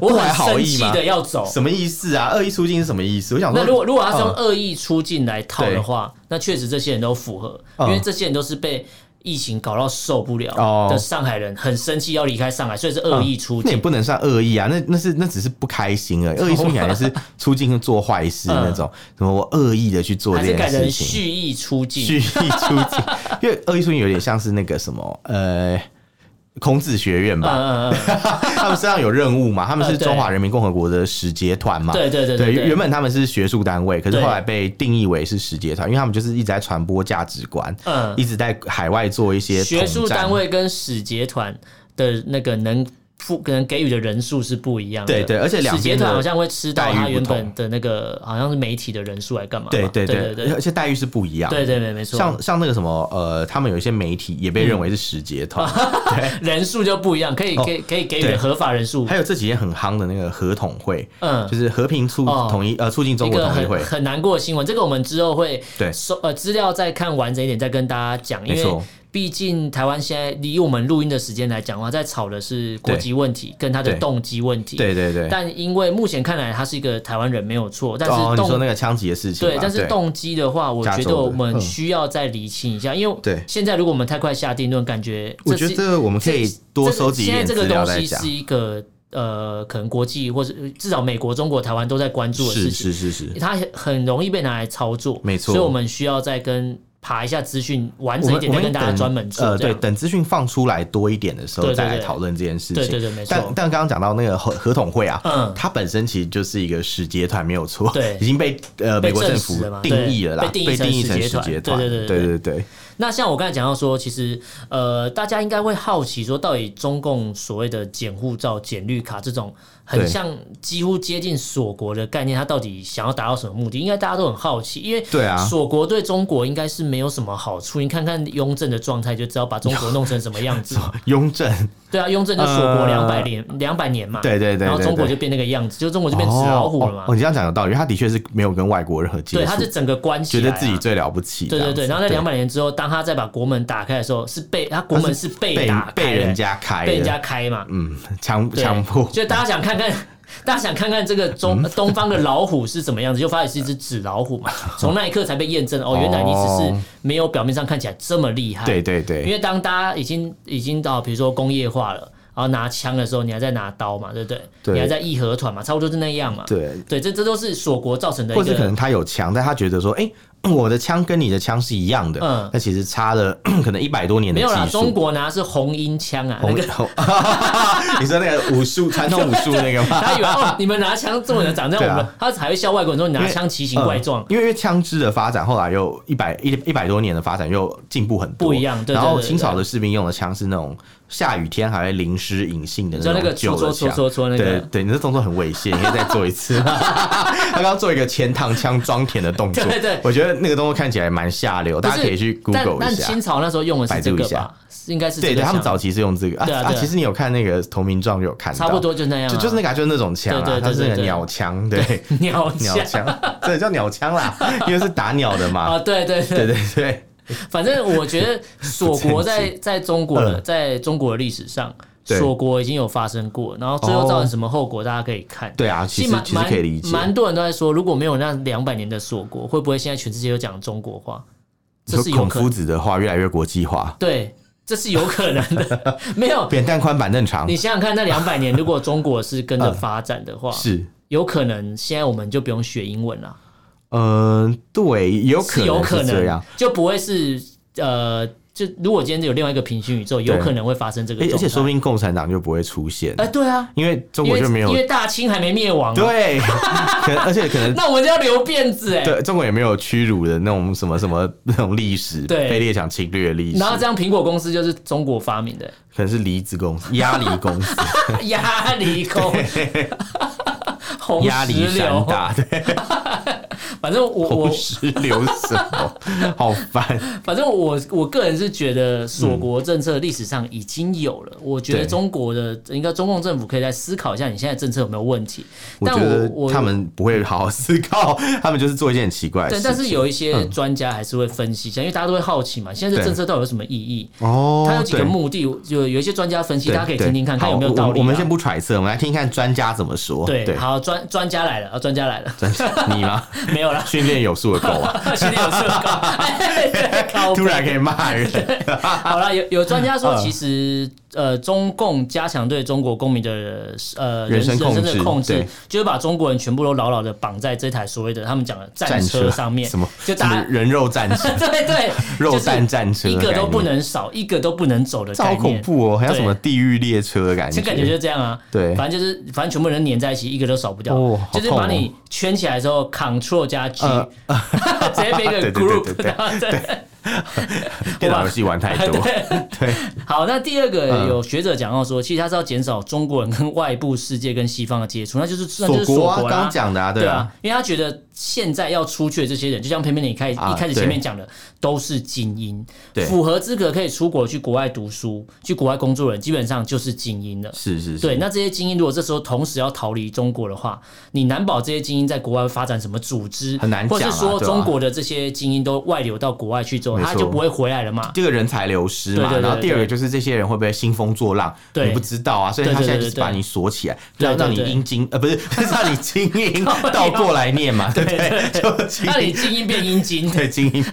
[SPEAKER 1] 我
[SPEAKER 2] 不
[SPEAKER 1] 很
[SPEAKER 2] 怀好
[SPEAKER 1] 生
[SPEAKER 2] 意
[SPEAKER 1] 气
[SPEAKER 2] 嘛？
[SPEAKER 1] 的要走。
[SPEAKER 2] 什么意思啊？恶意出境是什么意思？我想说，
[SPEAKER 1] 那如果如果他是用
[SPEAKER 2] 嗯
[SPEAKER 1] 恶意出境来套
[SPEAKER 2] 对
[SPEAKER 1] 的话，那确实这些人都符合，因
[SPEAKER 2] 嗯
[SPEAKER 1] 为这些人都是被疫情搞到受不了
[SPEAKER 2] 哦
[SPEAKER 1] 的上海人，很生气要离开上海，所以是恶意出
[SPEAKER 2] 那也
[SPEAKER 1] 境。
[SPEAKER 2] 不能算恶意啊，那那是那只是不开心而已。恶意出境感觉是出境做坏事那种，什么我恶意的去
[SPEAKER 1] 嗯
[SPEAKER 2] 做
[SPEAKER 1] 还
[SPEAKER 2] 这
[SPEAKER 1] 是改
[SPEAKER 2] 件
[SPEAKER 1] 成
[SPEAKER 2] 事情，啊
[SPEAKER 1] 蓄意出境，
[SPEAKER 2] 蓄意出 境，因为恶意出境有点像是那个什么呃。孔子学院吧，
[SPEAKER 1] 嗯嗯嗯，
[SPEAKER 2] 他们身上有任务嘛，他们是
[SPEAKER 1] 呃对
[SPEAKER 2] 中华人民共和国的使节团嘛，
[SPEAKER 1] 对对对
[SPEAKER 2] 对，
[SPEAKER 1] 对，
[SPEAKER 2] 原本他们是学术单位，可是
[SPEAKER 1] 对
[SPEAKER 2] 后来被定义为是使节团，因为他们就是一直在传播价值观，
[SPEAKER 1] 嗯
[SPEAKER 2] 一直在海外做一些
[SPEAKER 1] 学术
[SPEAKER 2] 统战
[SPEAKER 1] 单位跟使节团的那个能付可能给予的人数是不一样的。
[SPEAKER 2] 对对而且两
[SPEAKER 1] 使节
[SPEAKER 2] 边的
[SPEAKER 1] 团好像会吃到
[SPEAKER 2] 待遇
[SPEAKER 1] 他原
[SPEAKER 2] 不同
[SPEAKER 1] 本的那个好像是媒体的人数来干嘛嘛？
[SPEAKER 2] 对对
[SPEAKER 1] 对
[SPEAKER 2] 对
[SPEAKER 1] 对
[SPEAKER 2] 而且待遇是不一样的，
[SPEAKER 1] 对对对，没错，
[SPEAKER 2] 像像那个什么呃，他们有一些媒体也被认为是使节 团，
[SPEAKER 1] 人数就不一样，可以
[SPEAKER 2] 哦
[SPEAKER 1] 给可以给予
[SPEAKER 2] 对
[SPEAKER 1] 的合法人数
[SPEAKER 2] 还，有这几天很夯的那个合统会，
[SPEAKER 1] 嗯
[SPEAKER 2] 就。是和平促
[SPEAKER 1] 哦
[SPEAKER 2] 统一、呃促进中
[SPEAKER 1] 一
[SPEAKER 2] 国
[SPEAKER 1] 个
[SPEAKER 2] 统一会
[SPEAKER 1] 很，很难过的新闻，这个我们之后会
[SPEAKER 2] 对
[SPEAKER 1] 收呃资料再看完整一点再跟大家讲，因
[SPEAKER 2] 没
[SPEAKER 1] 为
[SPEAKER 2] 错
[SPEAKER 1] 毕竟台湾现在离我们录音的时间来讲的话，在吵的是国籍问题跟他的
[SPEAKER 2] 对
[SPEAKER 1] 动机问题。
[SPEAKER 2] 对对对。
[SPEAKER 1] 但因为目前看来他是一个台湾人没有错，但是
[SPEAKER 2] 哦，你
[SPEAKER 1] 动、
[SPEAKER 2] 说那个枪击的事情嘛，
[SPEAKER 1] 对，但是动机的话，我
[SPEAKER 2] 加
[SPEAKER 1] 觉
[SPEAKER 2] 州
[SPEAKER 1] 得
[SPEAKER 2] 的嗯
[SPEAKER 1] 我们需要再厘清一下，因为
[SPEAKER 2] 对
[SPEAKER 1] 现在如果我们太快下定论，感觉
[SPEAKER 2] 我
[SPEAKER 1] 这
[SPEAKER 2] 觉
[SPEAKER 1] 是
[SPEAKER 2] 得这个我们可以多收集一
[SPEAKER 1] 现在
[SPEAKER 2] 点
[SPEAKER 1] 这
[SPEAKER 2] 资
[SPEAKER 1] 个
[SPEAKER 2] 料
[SPEAKER 1] 东
[SPEAKER 2] 再
[SPEAKER 1] 西
[SPEAKER 2] 讲
[SPEAKER 1] 是。一个呃，可能国际或者至少美国、中国、台湾都在关注的事
[SPEAKER 2] 是
[SPEAKER 1] 情，
[SPEAKER 2] 是是是，
[SPEAKER 1] 它很容易被拿来操作，
[SPEAKER 2] 没错
[SPEAKER 1] 所以我们需要再跟爬一下资讯完整
[SPEAKER 2] 我
[SPEAKER 1] 一
[SPEAKER 2] 们
[SPEAKER 1] 点，
[SPEAKER 2] 我
[SPEAKER 1] 再
[SPEAKER 2] 们
[SPEAKER 1] 跟大家
[SPEAKER 2] 等
[SPEAKER 1] 专门做
[SPEAKER 2] 呃，
[SPEAKER 1] 这
[SPEAKER 2] 对，
[SPEAKER 1] 样。
[SPEAKER 2] 等资讯放出来多一点的时候
[SPEAKER 1] 对对
[SPEAKER 2] 再来
[SPEAKER 1] 对
[SPEAKER 2] 讨论这件事
[SPEAKER 1] 对
[SPEAKER 2] 情。
[SPEAKER 1] 对对没错
[SPEAKER 2] 但但刚刚讲到那个合合统会啊，
[SPEAKER 1] 嗯
[SPEAKER 2] 它本身其实就是一个使节团，没有错，
[SPEAKER 1] 对
[SPEAKER 2] 已经被呃美
[SPEAKER 1] 被
[SPEAKER 2] 国
[SPEAKER 1] 证
[SPEAKER 2] 政
[SPEAKER 1] 实了
[SPEAKER 2] 府
[SPEAKER 1] 嘛
[SPEAKER 2] 定义了啦，
[SPEAKER 1] 对
[SPEAKER 2] 被
[SPEAKER 1] 被
[SPEAKER 2] 定
[SPEAKER 1] 定
[SPEAKER 2] 义
[SPEAKER 1] 义
[SPEAKER 2] 成
[SPEAKER 1] 成
[SPEAKER 2] 使
[SPEAKER 1] 使
[SPEAKER 2] 节
[SPEAKER 1] 节
[SPEAKER 2] 团。
[SPEAKER 1] 团
[SPEAKER 2] 对
[SPEAKER 1] 对
[SPEAKER 2] 对对，
[SPEAKER 1] 那像我刚才讲到说，其实呃，大家应该会好奇说，到底中共所谓的检护照、检绿卡这种很
[SPEAKER 2] 对
[SPEAKER 1] 像几乎接近锁国的概念，它到底想要达到什么目的？应该大家都很好奇，因为
[SPEAKER 2] 对啊
[SPEAKER 1] 锁国对中国应该是没有什么好处。你看看雍正的状态就知道，把中国弄成什么样 子嘛。
[SPEAKER 2] 雍正，
[SPEAKER 1] 对啊，雍正就锁国
[SPEAKER 2] 呃
[SPEAKER 1] 两百年，两百年嘛。
[SPEAKER 2] 对对对对
[SPEAKER 1] 然后中国
[SPEAKER 2] 对
[SPEAKER 1] 就变那个样子，就中国就变纸老虎了嘛
[SPEAKER 2] 哦。哦，你这样讲有道理，他的确是没有跟外国任何接触，
[SPEAKER 1] 对，他是整个关系、
[SPEAKER 2] 觉
[SPEAKER 1] 啊，
[SPEAKER 2] 得自己最了不起这
[SPEAKER 1] 对
[SPEAKER 2] 样
[SPEAKER 1] 对
[SPEAKER 2] 子，
[SPEAKER 1] 对，然后在两百年之后，当他再把国门打开的时候，是被他国门是被
[SPEAKER 2] 被
[SPEAKER 1] 打开的
[SPEAKER 2] 被人家开的，
[SPEAKER 1] 被人家开嘛，
[SPEAKER 2] 嗯强
[SPEAKER 1] 对
[SPEAKER 2] 强迫，嗯
[SPEAKER 1] 就大家想看 看。大家想看看这个中 东方的老虎是怎么样子，就发现是一只纸老虎嘛。从那一刻才被验证哦，原来你只是没有表面上看起来这么厉害。
[SPEAKER 2] 对对
[SPEAKER 1] 因
[SPEAKER 2] 对，
[SPEAKER 1] 为当大家已经已经到比如说工业化了，然后拿枪的时候，你还在拿刀嘛，对不对？
[SPEAKER 2] 对
[SPEAKER 1] 你还在义和团嘛，差不多是那样嘛。
[SPEAKER 2] 对。
[SPEAKER 1] 对，这这都是锁国造成的一
[SPEAKER 2] 或
[SPEAKER 1] 个。
[SPEAKER 2] 是可能他有枪，但他觉得说，哎、我的枪跟你的枪是一样的，
[SPEAKER 1] 嗯
[SPEAKER 2] 那其实差了 可能一百多年的
[SPEAKER 1] 没
[SPEAKER 2] 技
[SPEAKER 1] 有啦，
[SPEAKER 2] 术。
[SPEAKER 1] 中国拿的是红缨枪啊，那
[SPEAKER 2] 红
[SPEAKER 1] 个
[SPEAKER 2] 你说那个武术传统武术那个 吗？
[SPEAKER 1] 他以为哦，你们拿枪中国人长这样，
[SPEAKER 2] 对
[SPEAKER 1] 我
[SPEAKER 2] 啊
[SPEAKER 1] 们他才会笑外国人说你拿枪奇形怪状
[SPEAKER 2] 嗯。因为因为枪支的发展，后来又一百一一百多年的发展又进步很多，
[SPEAKER 1] 不一样对对
[SPEAKER 2] 然后
[SPEAKER 1] 对对
[SPEAKER 2] 清朝的士兵用的枪是那种下雨天还会淋湿引信的
[SPEAKER 1] 你知道那个
[SPEAKER 2] 种
[SPEAKER 1] 戳戳
[SPEAKER 2] 旧的
[SPEAKER 1] 戳
[SPEAKER 2] 枪。
[SPEAKER 1] 戳戳那
[SPEAKER 2] 对
[SPEAKER 1] 个，
[SPEAKER 2] 对，你这动作很猥亵，你可以再做一 次。他刚刚做一个前膛枪装填的动作，
[SPEAKER 1] 对对
[SPEAKER 2] 我觉得那个动作看起来蛮下流，
[SPEAKER 1] 不
[SPEAKER 2] 大
[SPEAKER 1] 是
[SPEAKER 2] 家可以去
[SPEAKER 1] 但
[SPEAKER 2] Google
[SPEAKER 1] 但
[SPEAKER 2] 一下
[SPEAKER 1] 清。朝那时候用的是这
[SPEAKER 2] 百度
[SPEAKER 1] 个
[SPEAKER 2] 一下
[SPEAKER 1] 吧？应该是
[SPEAKER 2] 对
[SPEAKER 1] 这个
[SPEAKER 2] 对，他们
[SPEAKER 1] 枪
[SPEAKER 2] 早期是用这个啊
[SPEAKER 1] 对啊
[SPEAKER 2] 啊！
[SPEAKER 1] 对啊
[SPEAKER 2] 其实你有看那个《投名状》就有看到，
[SPEAKER 1] 差不多就那样啊，
[SPEAKER 2] 就就是那个啊就是那种枪
[SPEAKER 1] 对
[SPEAKER 2] 啊
[SPEAKER 1] 对，对
[SPEAKER 2] 它是那
[SPEAKER 1] 对对
[SPEAKER 2] 个鸟枪，对，
[SPEAKER 1] 个 鸟
[SPEAKER 2] 鸟
[SPEAKER 1] 枪
[SPEAKER 2] 枪，对，叫鸟 枪啦，因为是打鸟的嘛
[SPEAKER 1] 啊，，对对对
[SPEAKER 2] 对对对，
[SPEAKER 1] 反正我觉得锁国 在在中国的在中国的历史上，
[SPEAKER 2] 嗯对
[SPEAKER 1] 锁国已经有发生过，然后最后造成什么后果，大家可以看。
[SPEAKER 2] 对啊，其实
[SPEAKER 1] 蛮
[SPEAKER 2] 其实可以理解，
[SPEAKER 1] 蛮蛮多人都在说，如果没有那两百年的锁国，会不会现在全世界都讲中国话？这
[SPEAKER 2] 说
[SPEAKER 1] 是有
[SPEAKER 2] 孔
[SPEAKER 1] 可能
[SPEAKER 2] 夫，子的话越来越国际化，
[SPEAKER 1] 对，这是有可能 的。没有，
[SPEAKER 2] 扁担宽板凳长
[SPEAKER 1] 哦你，想想看，那两百年如果中国是跟着发展的话，
[SPEAKER 2] 嗯是，
[SPEAKER 1] 有可能现在我们就不用学英文了，
[SPEAKER 2] 嗯，对，也有可
[SPEAKER 1] 是有
[SPEAKER 2] 能
[SPEAKER 1] 可
[SPEAKER 2] 是这样
[SPEAKER 1] 能。就不会是呃，就如果今天有另外一个平行宇宙，有
[SPEAKER 2] 对
[SPEAKER 1] 可能会发生这个
[SPEAKER 2] 而
[SPEAKER 1] 状态。
[SPEAKER 2] 而且说不定共产党就不会出现
[SPEAKER 1] 哎、，对啊，
[SPEAKER 2] 因为中
[SPEAKER 1] 因
[SPEAKER 2] 国
[SPEAKER 1] 为
[SPEAKER 2] 就没有
[SPEAKER 1] 因为大清还没灭亡、啊，，
[SPEAKER 2] 对，可而且可 能
[SPEAKER 1] 那我们就要留辫子哎、
[SPEAKER 2] 对中国也没有屈辱的那种什么什么 那种历史，
[SPEAKER 1] 对
[SPEAKER 2] 被列强侵略的历史
[SPEAKER 1] 然，后这样，苹果公司就是中国发明的、 哎
[SPEAKER 2] 可能是离子公司、鸭梨公司、
[SPEAKER 1] 鸭梨 公， 红
[SPEAKER 2] 鸭
[SPEAKER 1] 石
[SPEAKER 2] 梨
[SPEAKER 1] 榴
[SPEAKER 2] 山，大，对，
[SPEAKER 1] 啊反正我 我
[SPEAKER 2] 红石榴什么，好烦。
[SPEAKER 1] 反正我我个人是觉得锁国政策历史上已经有了，我觉得
[SPEAKER 2] 嗯对
[SPEAKER 1] 中国的应该中共政府可以再思考一下你现在政策有没有问题。
[SPEAKER 2] 我
[SPEAKER 1] 但
[SPEAKER 2] 觉
[SPEAKER 1] 我
[SPEAKER 2] 得
[SPEAKER 1] 我
[SPEAKER 2] 他们不会好好思考，他们就是做一件很奇怪的
[SPEAKER 1] 对，
[SPEAKER 2] 事。
[SPEAKER 1] 但是有一些专家还是会分析一下，因为大家都会好奇嘛，现在这
[SPEAKER 2] 对
[SPEAKER 1] 政策到底有什么意义？
[SPEAKER 2] 哦，
[SPEAKER 1] 它有几个
[SPEAKER 2] 对
[SPEAKER 1] 目的，就有一些专家分析，
[SPEAKER 2] 对
[SPEAKER 1] 大家可以
[SPEAKER 2] 对
[SPEAKER 1] 听听看，看
[SPEAKER 2] 好
[SPEAKER 1] 有没有道
[SPEAKER 2] 我
[SPEAKER 1] 理啊。
[SPEAKER 2] 我们先不揣测，我们来听听看专家怎么说。
[SPEAKER 1] 对，好，专专家来了，啊，专家来了，
[SPEAKER 2] 你吗？
[SPEAKER 1] 没有啦，
[SPEAKER 2] 训练有素的狗啊，
[SPEAKER 1] 训练有社高，哎对 靠
[SPEAKER 2] 突然可
[SPEAKER 1] 背
[SPEAKER 2] 以 骂人。
[SPEAKER 1] 好了，有有专家说，
[SPEAKER 2] 嗯
[SPEAKER 1] 其实呃，中共加强对中国公民的呃
[SPEAKER 2] 人身控制
[SPEAKER 1] 的控制
[SPEAKER 2] 对，
[SPEAKER 1] 就是把中国人全部都牢牢的绑在这台所谓的他们讲的战
[SPEAKER 2] 战
[SPEAKER 1] 车
[SPEAKER 2] 车
[SPEAKER 1] 上面
[SPEAKER 2] 什么，
[SPEAKER 1] 就
[SPEAKER 2] 什
[SPEAKER 1] 大
[SPEAKER 2] 么
[SPEAKER 1] 家
[SPEAKER 2] 人肉战 车、
[SPEAKER 1] 对对，
[SPEAKER 2] 肉
[SPEAKER 1] 就是
[SPEAKER 2] 弹战车的
[SPEAKER 1] 一
[SPEAKER 2] 概念，
[SPEAKER 1] 个都不能少，一个都不能走的
[SPEAKER 2] 这好
[SPEAKER 1] 概
[SPEAKER 2] 恐
[SPEAKER 1] 念。
[SPEAKER 2] 怖哦，还有
[SPEAKER 1] 对
[SPEAKER 2] 什么地狱列车的感
[SPEAKER 1] 这
[SPEAKER 2] 觉？
[SPEAKER 1] 感觉就这样啊，
[SPEAKER 2] 对
[SPEAKER 1] 反正就是反正全部人粘在一起，一个都少不掉，
[SPEAKER 2] 哦好
[SPEAKER 1] 就是把
[SPEAKER 2] 痛哦
[SPEAKER 1] 你圈起来之后，Ctrl 加 G，、
[SPEAKER 2] 呃
[SPEAKER 1] 直接变一个
[SPEAKER 2] 对对对
[SPEAKER 1] group，
[SPEAKER 2] 对对
[SPEAKER 1] 然后再
[SPEAKER 2] 电脑游戏玩太 多，
[SPEAKER 1] 好，那第二个
[SPEAKER 2] 嗯
[SPEAKER 1] 有学者讲到说，其实他是要减少中国人跟外部世界跟西方的接触，那就是那就是
[SPEAKER 2] 锁
[SPEAKER 1] 锁
[SPEAKER 2] 国啊，
[SPEAKER 1] 国
[SPEAKER 2] 刚
[SPEAKER 1] 啦
[SPEAKER 2] 刚。讲的啊，
[SPEAKER 1] 对
[SPEAKER 2] 对啊
[SPEAKER 1] 啊，，因为他觉得现在要出去的这些人，就像偏偏你开
[SPEAKER 2] 啊
[SPEAKER 1] 一开始前面讲的，都是精英，
[SPEAKER 2] 对
[SPEAKER 1] 符合资格可以出国去国外读书、去国外工作的人，基本上就是精英了。
[SPEAKER 2] 是是
[SPEAKER 1] 对，
[SPEAKER 2] 是，
[SPEAKER 1] 那这些精英如果这时候同时要逃离中国的话，你难保这些精英在国外发展什么组织，
[SPEAKER 2] 很难
[SPEAKER 1] 或是
[SPEAKER 2] 讲啊
[SPEAKER 1] 说
[SPEAKER 2] 对啊
[SPEAKER 1] 中国的这些精英都外流到国外去之后，
[SPEAKER 2] 没
[SPEAKER 1] 他
[SPEAKER 2] 错
[SPEAKER 1] 就不会回来了 嘛。
[SPEAKER 2] 这个人才流失嘛
[SPEAKER 1] 对对对，
[SPEAKER 2] 然后第二
[SPEAKER 1] 对
[SPEAKER 2] 个就是这些人会不会兴风作浪，
[SPEAKER 1] 对
[SPEAKER 2] 你不知道啊，所以他
[SPEAKER 1] 对对
[SPEAKER 2] 现在
[SPEAKER 1] 对
[SPEAKER 2] 就是
[SPEAKER 1] 对
[SPEAKER 2] 把你锁起来，
[SPEAKER 1] 对
[SPEAKER 2] 让
[SPEAKER 1] 对
[SPEAKER 2] 让你
[SPEAKER 1] 对
[SPEAKER 2] 英精呃不是， 不是让你精英倒过来念嘛，对不对？就精
[SPEAKER 1] 那
[SPEAKER 2] 英
[SPEAKER 1] 你精英变阴精，
[SPEAKER 2] 对 精英变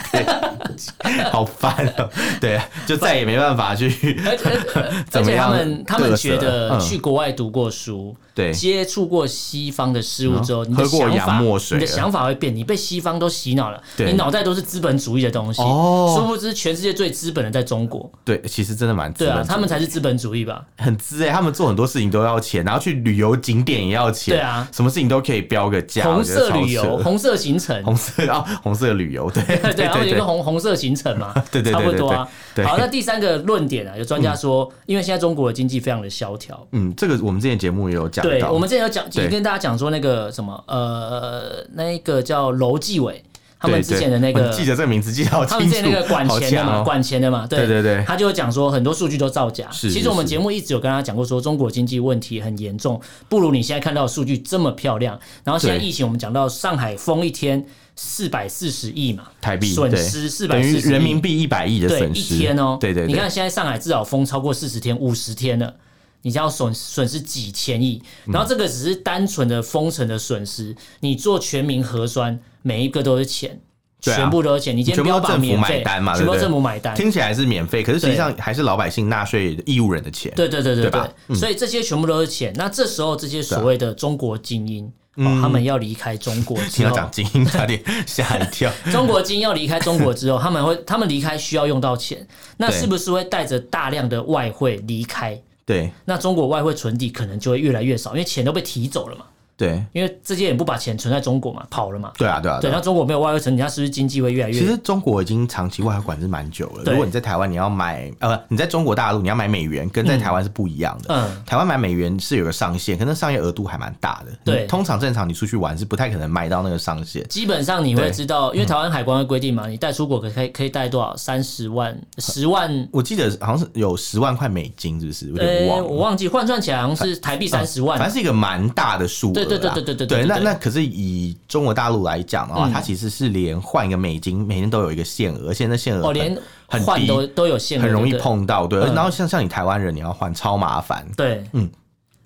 [SPEAKER 2] 精，好烦哦，对，就再也没办法去
[SPEAKER 1] 而且而且
[SPEAKER 2] 怎么样
[SPEAKER 1] 他们他们
[SPEAKER 2] 得瑟
[SPEAKER 1] 觉得
[SPEAKER 2] 嗯
[SPEAKER 1] 去国外读过书，
[SPEAKER 2] 对
[SPEAKER 1] 接触过西方的事物之后，
[SPEAKER 2] 嗯
[SPEAKER 1] 你的
[SPEAKER 2] 喝过
[SPEAKER 1] 想法
[SPEAKER 2] 洋墨水
[SPEAKER 1] 你的
[SPEAKER 2] 了
[SPEAKER 1] 想法会变，你被西方都洗脑了，
[SPEAKER 2] 对
[SPEAKER 1] 你脑袋都是资本主义的东西。
[SPEAKER 2] 哦
[SPEAKER 1] 殊不知全世界最资本的在中国，
[SPEAKER 2] 对，其实真的蛮资
[SPEAKER 1] 对啊
[SPEAKER 2] 本，主义
[SPEAKER 1] 他们才是资本主义吧？
[SPEAKER 2] 很资哎、他们做很多事情都要钱，然后去旅游景点也要钱，
[SPEAKER 1] 对啊
[SPEAKER 2] 什么事情都可以标个价，
[SPEAKER 1] 红
[SPEAKER 2] 我觉得
[SPEAKER 1] 色
[SPEAKER 2] 超
[SPEAKER 1] 旅游、
[SPEAKER 2] 扯
[SPEAKER 1] 红色行程，
[SPEAKER 2] 红色啊、红色旅游，对 对
[SPEAKER 1] 对，然后有一个
[SPEAKER 2] 对，
[SPEAKER 1] 红红色行程嘛，
[SPEAKER 2] 对对对
[SPEAKER 1] 差不多啊。
[SPEAKER 2] 对对对
[SPEAKER 1] 好，那第三个论点啊，有专家说，因为现在中国的经济非常的萧条。
[SPEAKER 2] 嗯，这个我们之前节目也有讲
[SPEAKER 1] 对，
[SPEAKER 2] 到，
[SPEAKER 1] 我们之前有讲，
[SPEAKER 2] 对
[SPEAKER 1] 也跟大家讲说那个什么，呃，那一个叫楼继伟，他们
[SPEAKER 2] 对
[SPEAKER 1] 之前的那
[SPEAKER 2] 对哦
[SPEAKER 1] 个
[SPEAKER 2] 我记得这个名字记得好
[SPEAKER 1] 他们
[SPEAKER 2] 清楚，
[SPEAKER 1] 之前那个管钱的
[SPEAKER 2] 好
[SPEAKER 1] 嘛，
[SPEAKER 2] 强哦
[SPEAKER 1] 管钱的嘛，对
[SPEAKER 2] 对对对
[SPEAKER 1] 他就有讲说很多数据都造假。
[SPEAKER 2] 是
[SPEAKER 1] 其实我们
[SPEAKER 2] 是
[SPEAKER 1] 节目一直有跟他讲过说，中国经济问题很严重，不如你现在看到的数据这么漂亮。然后现在
[SPEAKER 2] 对
[SPEAKER 1] 疫情，我们讲到上海封一天四百四十亿嘛，
[SPEAKER 2] 台币
[SPEAKER 1] 损
[SPEAKER 2] 对
[SPEAKER 1] 失四
[SPEAKER 2] 等
[SPEAKER 1] 百
[SPEAKER 2] 于
[SPEAKER 1] 四十
[SPEAKER 2] 人民币一百亿的
[SPEAKER 1] 对
[SPEAKER 2] 损
[SPEAKER 1] 一
[SPEAKER 2] 失，
[SPEAKER 1] 天哦，
[SPEAKER 2] 对对对，
[SPEAKER 1] 你看现在上海至少封超过四十天、五十天了。你要损损失几千亿，然后这个只是单纯的封城的损失。你做全民核酸，每一个都是钱，
[SPEAKER 2] 对啊
[SPEAKER 1] 全部都是钱。你今天
[SPEAKER 2] 全部
[SPEAKER 1] 标
[SPEAKER 2] 都
[SPEAKER 1] 榜
[SPEAKER 2] 政府
[SPEAKER 1] 免
[SPEAKER 2] 买
[SPEAKER 1] 费，
[SPEAKER 2] 单嘛
[SPEAKER 1] 全部
[SPEAKER 2] 对不对
[SPEAKER 1] 政府买单。
[SPEAKER 2] 听起来是免费，可是实际
[SPEAKER 1] 对
[SPEAKER 2] 上还是老百姓纳税义务人的钱，
[SPEAKER 1] 对对对对
[SPEAKER 2] 对
[SPEAKER 1] 对
[SPEAKER 2] 吧，嗯
[SPEAKER 1] 所以这些全部都是钱。那这时候这些所谓的中国精英，哦他们要离开中国
[SPEAKER 2] 啊嗯听
[SPEAKER 1] 之
[SPEAKER 2] 到
[SPEAKER 1] 后，
[SPEAKER 2] 讲精英差点吓一 跳，
[SPEAKER 1] 中国精英要离开中国之后，他们会他们离开需要用到钱，那
[SPEAKER 2] 对
[SPEAKER 1] 是不是会带着大量的外汇离开？
[SPEAKER 2] 对
[SPEAKER 1] 那中国外汇存底可能就会越来越少，因为钱都被提走了嘛，
[SPEAKER 2] 对
[SPEAKER 1] 因为这些人不把钱存在中国嘛，跑了嘛。
[SPEAKER 2] 对啊对啊
[SPEAKER 1] 对，那中国没有外汇存底，那是不是经济会越来
[SPEAKER 2] 其
[SPEAKER 1] 越？
[SPEAKER 2] 实中国已经长期外汇管制蛮久了。
[SPEAKER 1] 对
[SPEAKER 2] 如果你在台湾，你要买呃，你在中国大陆你要买美元，跟在台湾是不一样的。
[SPEAKER 1] 嗯
[SPEAKER 2] 台湾买美元是有个上限，可能上限额度还蛮大的。
[SPEAKER 1] 对
[SPEAKER 2] 你通常正常你出去玩是不太可能买到那个上限。
[SPEAKER 1] 基本上你会
[SPEAKER 2] 对
[SPEAKER 1] 知道，因为台湾海关会规定嘛，你带出国可可以可以带多少？三十万、十万。
[SPEAKER 2] 我记得好像是有十万块美金，是不是？我有点
[SPEAKER 1] 呃，
[SPEAKER 2] 忘
[SPEAKER 1] 我
[SPEAKER 2] 了。
[SPEAKER 1] 忘记换算起来好像是台币三十万
[SPEAKER 2] 反正是一个蛮大的数额啦，
[SPEAKER 1] 对对对对对对对
[SPEAKER 2] 对。
[SPEAKER 1] 对
[SPEAKER 2] 那
[SPEAKER 1] 对
[SPEAKER 2] 那可是以中国大陆来讲的话，
[SPEAKER 1] 嗯
[SPEAKER 2] 它其实是连换一个美金，每天都有一个限额，而且那限额
[SPEAKER 1] 哦，
[SPEAKER 2] 很
[SPEAKER 1] 连
[SPEAKER 2] 很
[SPEAKER 1] 换
[SPEAKER 2] 低
[SPEAKER 1] 都都有限额，
[SPEAKER 2] 很容易
[SPEAKER 1] 对不对。
[SPEAKER 2] 碰到，对。
[SPEAKER 1] 嗯
[SPEAKER 2] 然后像像你台湾人，你要换超麻烦。
[SPEAKER 1] 对，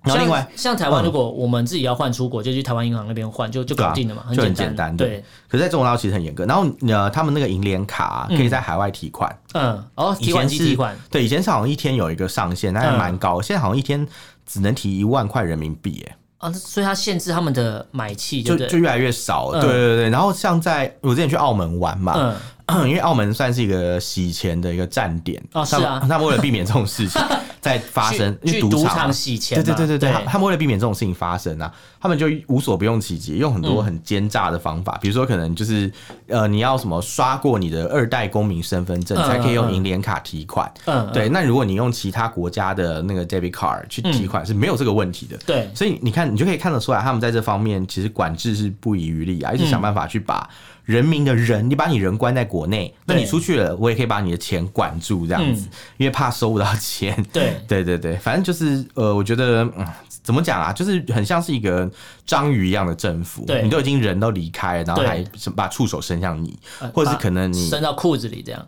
[SPEAKER 2] 然后另外嗯
[SPEAKER 1] 像像台湾，如果我们自己要换出国，就去台湾银行那边换，就就
[SPEAKER 2] 对啊
[SPEAKER 1] 搞定了嘛，
[SPEAKER 2] 就很
[SPEAKER 1] 简
[SPEAKER 2] 简单对
[SPEAKER 1] 对，
[SPEAKER 2] 可是在中国大陆其实很严格。然后呃，他们那个银联卡啊、可以在海外提款，
[SPEAKER 1] 嗯，哦，
[SPEAKER 2] 以
[SPEAKER 1] 嗯提款
[SPEAKER 2] 前
[SPEAKER 1] 机
[SPEAKER 2] 是
[SPEAKER 1] 提款，嗯
[SPEAKER 2] 对，以前是好像一天有一个上限，那还蛮高。现在好像一天只能提一万块人民币，耶，
[SPEAKER 1] 啊，所以它限制他们的买气，对
[SPEAKER 2] 就
[SPEAKER 1] 不对？
[SPEAKER 2] 就越来越少了。
[SPEAKER 1] 嗯
[SPEAKER 2] 对对对。然后像在我之前去澳门玩嘛，
[SPEAKER 1] 嗯，
[SPEAKER 2] 因为澳门算是一个洗钱的一个站点，
[SPEAKER 1] 哦是
[SPEAKER 2] 他
[SPEAKER 1] 啊
[SPEAKER 2] 们他们为了避免这种 事情在发生，因
[SPEAKER 1] 去去
[SPEAKER 2] 为
[SPEAKER 1] 赌
[SPEAKER 2] 场啊嘛
[SPEAKER 1] 场洗钱
[SPEAKER 2] 对
[SPEAKER 1] 嘛，
[SPEAKER 2] 对对对对，
[SPEAKER 1] 对
[SPEAKER 2] 他他们为了避免这种事情发生啊，他们就无所不用其极，用很多很奸诈的方
[SPEAKER 1] 嗯
[SPEAKER 2] 法，比如说可能就是呃，你要什么刷过你的二代公民身份证
[SPEAKER 1] 嗯
[SPEAKER 2] 才可以
[SPEAKER 1] 嗯
[SPEAKER 2] 用
[SPEAKER 1] 嗯
[SPEAKER 2] 银联卡提款。
[SPEAKER 1] 嗯，
[SPEAKER 2] 对，那如果你用其他国家的那个 debit card 去提款是没有这个问题的。
[SPEAKER 1] 嗯对
[SPEAKER 2] 所以你看，你就可以看得出来，他们在这方面其实管制是不遗余力
[SPEAKER 1] 嗯
[SPEAKER 2] 啊，一直想办法去把人民的人，你把你人关在国内，那
[SPEAKER 1] 对嗯
[SPEAKER 2] 你出去了，我也可以把你的钱管住，这样子，因为怕收不到钱。
[SPEAKER 1] 对
[SPEAKER 2] 对对对，反正就是呃，我觉得嗯，怎么讲啊，就是很像是一个章鱼一样的政府，
[SPEAKER 1] 对
[SPEAKER 2] 你都已经人都离开了，然后
[SPEAKER 1] 对
[SPEAKER 2] 还把触手伸向你，
[SPEAKER 1] 呃
[SPEAKER 2] 或者是
[SPEAKER 1] 把
[SPEAKER 2] 可能你
[SPEAKER 1] 伸到裤子里这样，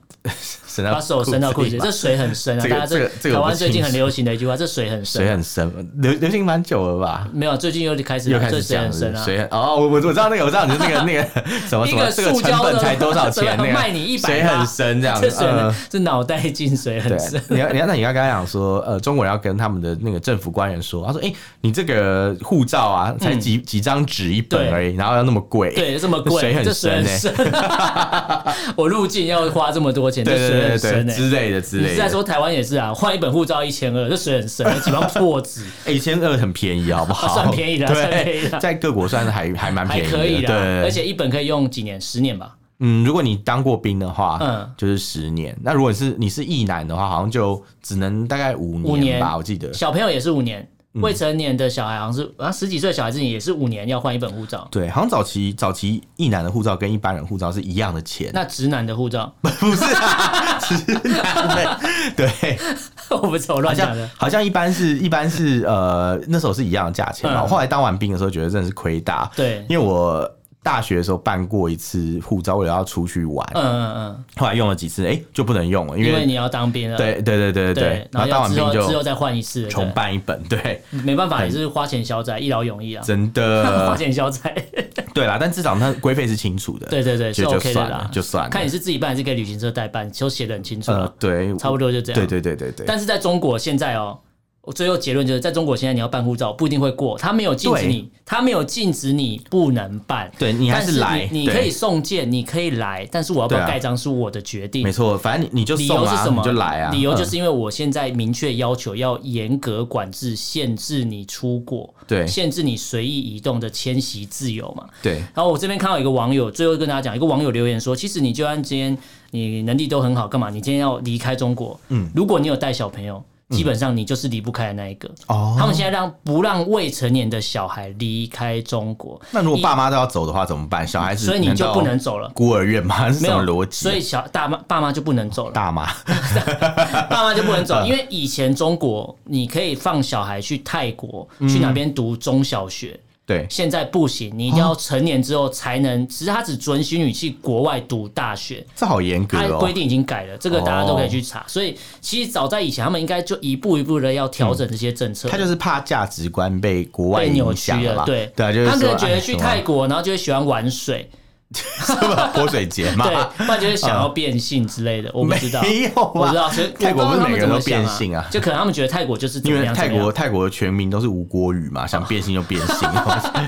[SPEAKER 2] 伸
[SPEAKER 1] 把手伸到裤子里，
[SPEAKER 2] 里
[SPEAKER 1] 这水很深啊！
[SPEAKER 2] 这个
[SPEAKER 1] 大家
[SPEAKER 2] 这个这个
[SPEAKER 1] 台
[SPEAKER 2] 我不
[SPEAKER 1] 湾最近
[SPEAKER 2] 清
[SPEAKER 1] 很
[SPEAKER 2] 楚
[SPEAKER 1] 流行的一句话，这水很深
[SPEAKER 2] 水
[SPEAKER 1] 啊。
[SPEAKER 2] 很深，流流行蛮久了吧？
[SPEAKER 1] 没有，最近又开始
[SPEAKER 2] 又
[SPEAKER 1] 了
[SPEAKER 2] 开
[SPEAKER 1] 这
[SPEAKER 2] 始
[SPEAKER 1] 水
[SPEAKER 2] 讲
[SPEAKER 1] 很深
[SPEAKER 2] 了
[SPEAKER 1] 啊！
[SPEAKER 2] 水很哦，我我我知道那个，我知道你是那个那个什么 什
[SPEAKER 1] 一
[SPEAKER 2] 么，
[SPEAKER 1] 个
[SPEAKER 2] 这个
[SPEAKER 1] 塑
[SPEAKER 2] 成
[SPEAKER 1] 胶
[SPEAKER 2] 本
[SPEAKER 1] 的啊
[SPEAKER 2] 才 多少钱？那个
[SPEAKER 1] 卖你一百，
[SPEAKER 2] 水很深这样
[SPEAKER 1] 这
[SPEAKER 2] 子。
[SPEAKER 1] 水
[SPEAKER 2] 嗯
[SPEAKER 1] 很这脑袋进水很
[SPEAKER 2] 对
[SPEAKER 1] 深。，
[SPEAKER 2] 你要你要那你要跟他讲说，呃，中国人要跟他们的那个政府官员说，他说，哎、你这个护照啊，
[SPEAKER 1] 嗯
[SPEAKER 2] 才几、几张纸一本而已，然后要那么贵，
[SPEAKER 1] 对，这么贵，
[SPEAKER 2] 水很
[SPEAKER 1] 这水很
[SPEAKER 2] 深欸
[SPEAKER 1] 深。 我入境要花这么多钱，这
[SPEAKER 2] 对
[SPEAKER 1] 水
[SPEAKER 2] 对
[SPEAKER 1] 很
[SPEAKER 2] 对
[SPEAKER 1] 深
[SPEAKER 2] 对
[SPEAKER 1] 欸
[SPEAKER 2] 之类的之
[SPEAKER 1] 你
[SPEAKER 2] 类
[SPEAKER 1] 是
[SPEAKER 2] 的
[SPEAKER 1] 在。说台湾也是啊？换一本护照一千二，这水很深，几张破纸。
[SPEAKER 2] 哎一千二很便宜，好不好？
[SPEAKER 1] 哦算便宜的
[SPEAKER 2] 对
[SPEAKER 1] 算便宜的
[SPEAKER 2] 在各国算是还还蛮
[SPEAKER 1] 还
[SPEAKER 2] 便宜的，啊
[SPEAKER 1] 可以啦，
[SPEAKER 2] 对，
[SPEAKER 1] 而且一本可以用几年，十年吧。
[SPEAKER 2] 嗯，如果你当过兵的话，
[SPEAKER 1] 嗯
[SPEAKER 2] 就是十年。那如果是你是役男的话，好像就只能大概五
[SPEAKER 1] 五年
[SPEAKER 2] 吧，我记得。
[SPEAKER 1] 小朋友也是五年，
[SPEAKER 2] 嗯
[SPEAKER 1] 未成年的小孩好像是啊十几岁小孩子也是五年要换一本护照。
[SPEAKER 2] 对，好像早期早期役男的护照跟一般人护照是一样的钱，
[SPEAKER 1] 那直男的护照，
[SPEAKER 2] 不是啊？直男的对，
[SPEAKER 1] 我不是我
[SPEAKER 2] 好
[SPEAKER 1] 乱讲
[SPEAKER 2] 像
[SPEAKER 1] 的。
[SPEAKER 2] 好像一般是一般是呃那时候是一样的价钱嘛。
[SPEAKER 1] 嗯
[SPEAKER 2] 我后来当完兵的时候觉得真的是亏大，
[SPEAKER 1] 对，
[SPEAKER 2] 因为我大学的时候办过一次护照，为了要出去玩，
[SPEAKER 1] 嗯嗯嗯，
[SPEAKER 2] 后来用了几次，哎、就不能用了，因
[SPEAKER 1] 因
[SPEAKER 2] 为
[SPEAKER 1] 为你要当兵了，
[SPEAKER 2] 对对对对
[SPEAKER 1] 对
[SPEAKER 2] 对，，
[SPEAKER 1] 然后
[SPEAKER 2] 当
[SPEAKER 1] 要
[SPEAKER 2] 完
[SPEAKER 1] 之
[SPEAKER 2] 兵
[SPEAKER 1] 后之后
[SPEAKER 2] 就
[SPEAKER 1] 再换一次，
[SPEAKER 2] 重
[SPEAKER 1] 对，
[SPEAKER 2] 办一本，对。
[SPEAKER 1] 没办法，也是花钱消灾，一劳永逸啊，
[SPEAKER 2] 真
[SPEAKER 1] 花
[SPEAKER 2] 的，
[SPEAKER 1] 钱消灾，
[SPEAKER 2] 呃对啦，但至少它规费是清楚的。
[SPEAKER 1] 对对对，是
[SPEAKER 2] 就就
[SPEAKER 1] OK 的
[SPEAKER 2] 算
[SPEAKER 1] 啦
[SPEAKER 2] 了，，就算了。
[SPEAKER 1] 看你是自己办还是给旅行社代办，都写的很清楚
[SPEAKER 2] 呃
[SPEAKER 1] 了，，
[SPEAKER 2] 对，
[SPEAKER 1] 差不多就这样。
[SPEAKER 2] 对对对对对。
[SPEAKER 1] 但是在中国现在哦，我最后结论就是，在中国现在你要办护照不一定会过，他没有禁止
[SPEAKER 2] 对
[SPEAKER 1] 你，他没有禁止你不能办，
[SPEAKER 2] 对你还
[SPEAKER 1] 但
[SPEAKER 2] 是
[SPEAKER 1] 是
[SPEAKER 2] 来
[SPEAKER 1] 你你
[SPEAKER 2] 对
[SPEAKER 1] 可以送件，你可以来，但是我要不要
[SPEAKER 2] 对啊
[SPEAKER 1] 盖章是我的决定
[SPEAKER 2] 没。错，反正你你就
[SPEAKER 1] 理
[SPEAKER 2] 送
[SPEAKER 1] 由是
[SPEAKER 2] 啊，
[SPEAKER 1] 什么？
[SPEAKER 2] 你就来啊，
[SPEAKER 1] 理由就
[SPEAKER 2] 嗯
[SPEAKER 1] 是因为我现在明确要求要严格管制、限制你出国，
[SPEAKER 2] 对
[SPEAKER 1] 限制你随意移动的迁徙自由嘛。
[SPEAKER 2] 对
[SPEAKER 1] 然后我这边看到一个网友，最后跟大家讲，一个网友留言说，其实你就算今天你能力都很好，干嘛？你今天要离开中国，嗯，如果你有带小朋友，基本上你就是离不开的那一个。
[SPEAKER 2] 哦。
[SPEAKER 1] 他们现在让不让未成年的小孩离开中国，
[SPEAKER 2] 那如果爸妈都要走的话怎么办？小孩子
[SPEAKER 1] 所以你就
[SPEAKER 2] 到
[SPEAKER 1] 不能走了。
[SPEAKER 2] 孤儿院吗？是
[SPEAKER 1] 没
[SPEAKER 2] 什
[SPEAKER 1] 有
[SPEAKER 2] 么逻辑啊？
[SPEAKER 1] 所以小大妈爸妈就不能走了。
[SPEAKER 2] 大妈
[SPEAKER 1] 爸妈就不能走，因为以前中国你可以放小孩去泰国，去哪边读中小学。
[SPEAKER 2] 对
[SPEAKER 1] 现在不行，你一定要成年之后才能。其实他只准许你去国外读大学，
[SPEAKER 2] 这好严格
[SPEAKER 1] 它
[SPEAKER 2] 哦
[SPEAKER 1] 规。定已经改了，这个大家都可以去查。所以其实早在以前，他们应该就一步一步的要调整这些政策。
[SPEAKER 2] 他就是怕价值观被国外
[SPEAKER 1] 被扭
[SPEAKER 2] 影
[SPEAKER 1] 曲
[SPEAKER 2] 响
[SPEAKER 1] 了，
[SPEAKER 2] 吧？
[SPEAKER 1] 对
[SPEAKER 2] 对啊，就是
[SPEAKER 1] 他可
[SPEAKER 2] 说
[SPEAKER 1] 能觉得
[SPEAKER 2] 哎
[SPEAKER 1] 去
[SPEAKER 2] 什么
[SPEAKER 1] 泰国，然后就会喜欢玩水，
[SPEAKER 2] 什么泼水节嘛？
[SPEAKER 1] 对，不然就会想要变性之类的，我不知道，
[SPEAKER 2] 没有
[SPEAKER 1] 我不
[SPEAKER 2] 啊
[SPEAKER 1] 知道，所以
[SPEAKER 2] 泰国
[SPEAKER 1] 我
[SPEAKER 2] 不
[SPEAKER 1] 知
[SPEAKER 2] 是
[SPEAKER 1] 道他
[SPEAKER 2] 每
[SPEAKER 1] 们
[SPEAKER 2] 个人
[SPEAKER 1] 怎么
[SPEAKER 2] 都
[SPEAKER 1] 想
[SPEAKER 2] 变性啊？
[SPEAKER 1] 就可能他们觉得泰国就是怎
[SPEAKER 2] 因
[SPEAKER 1] 么
[SPEAKER 2] 为
[SPEAKER 1] 样，
[SPEAKER 2] 泰
[SPEAKER 1] 怎么样
[SPEAKER 2] 国泰国的全民都是无国语嘛，想变性就变 性，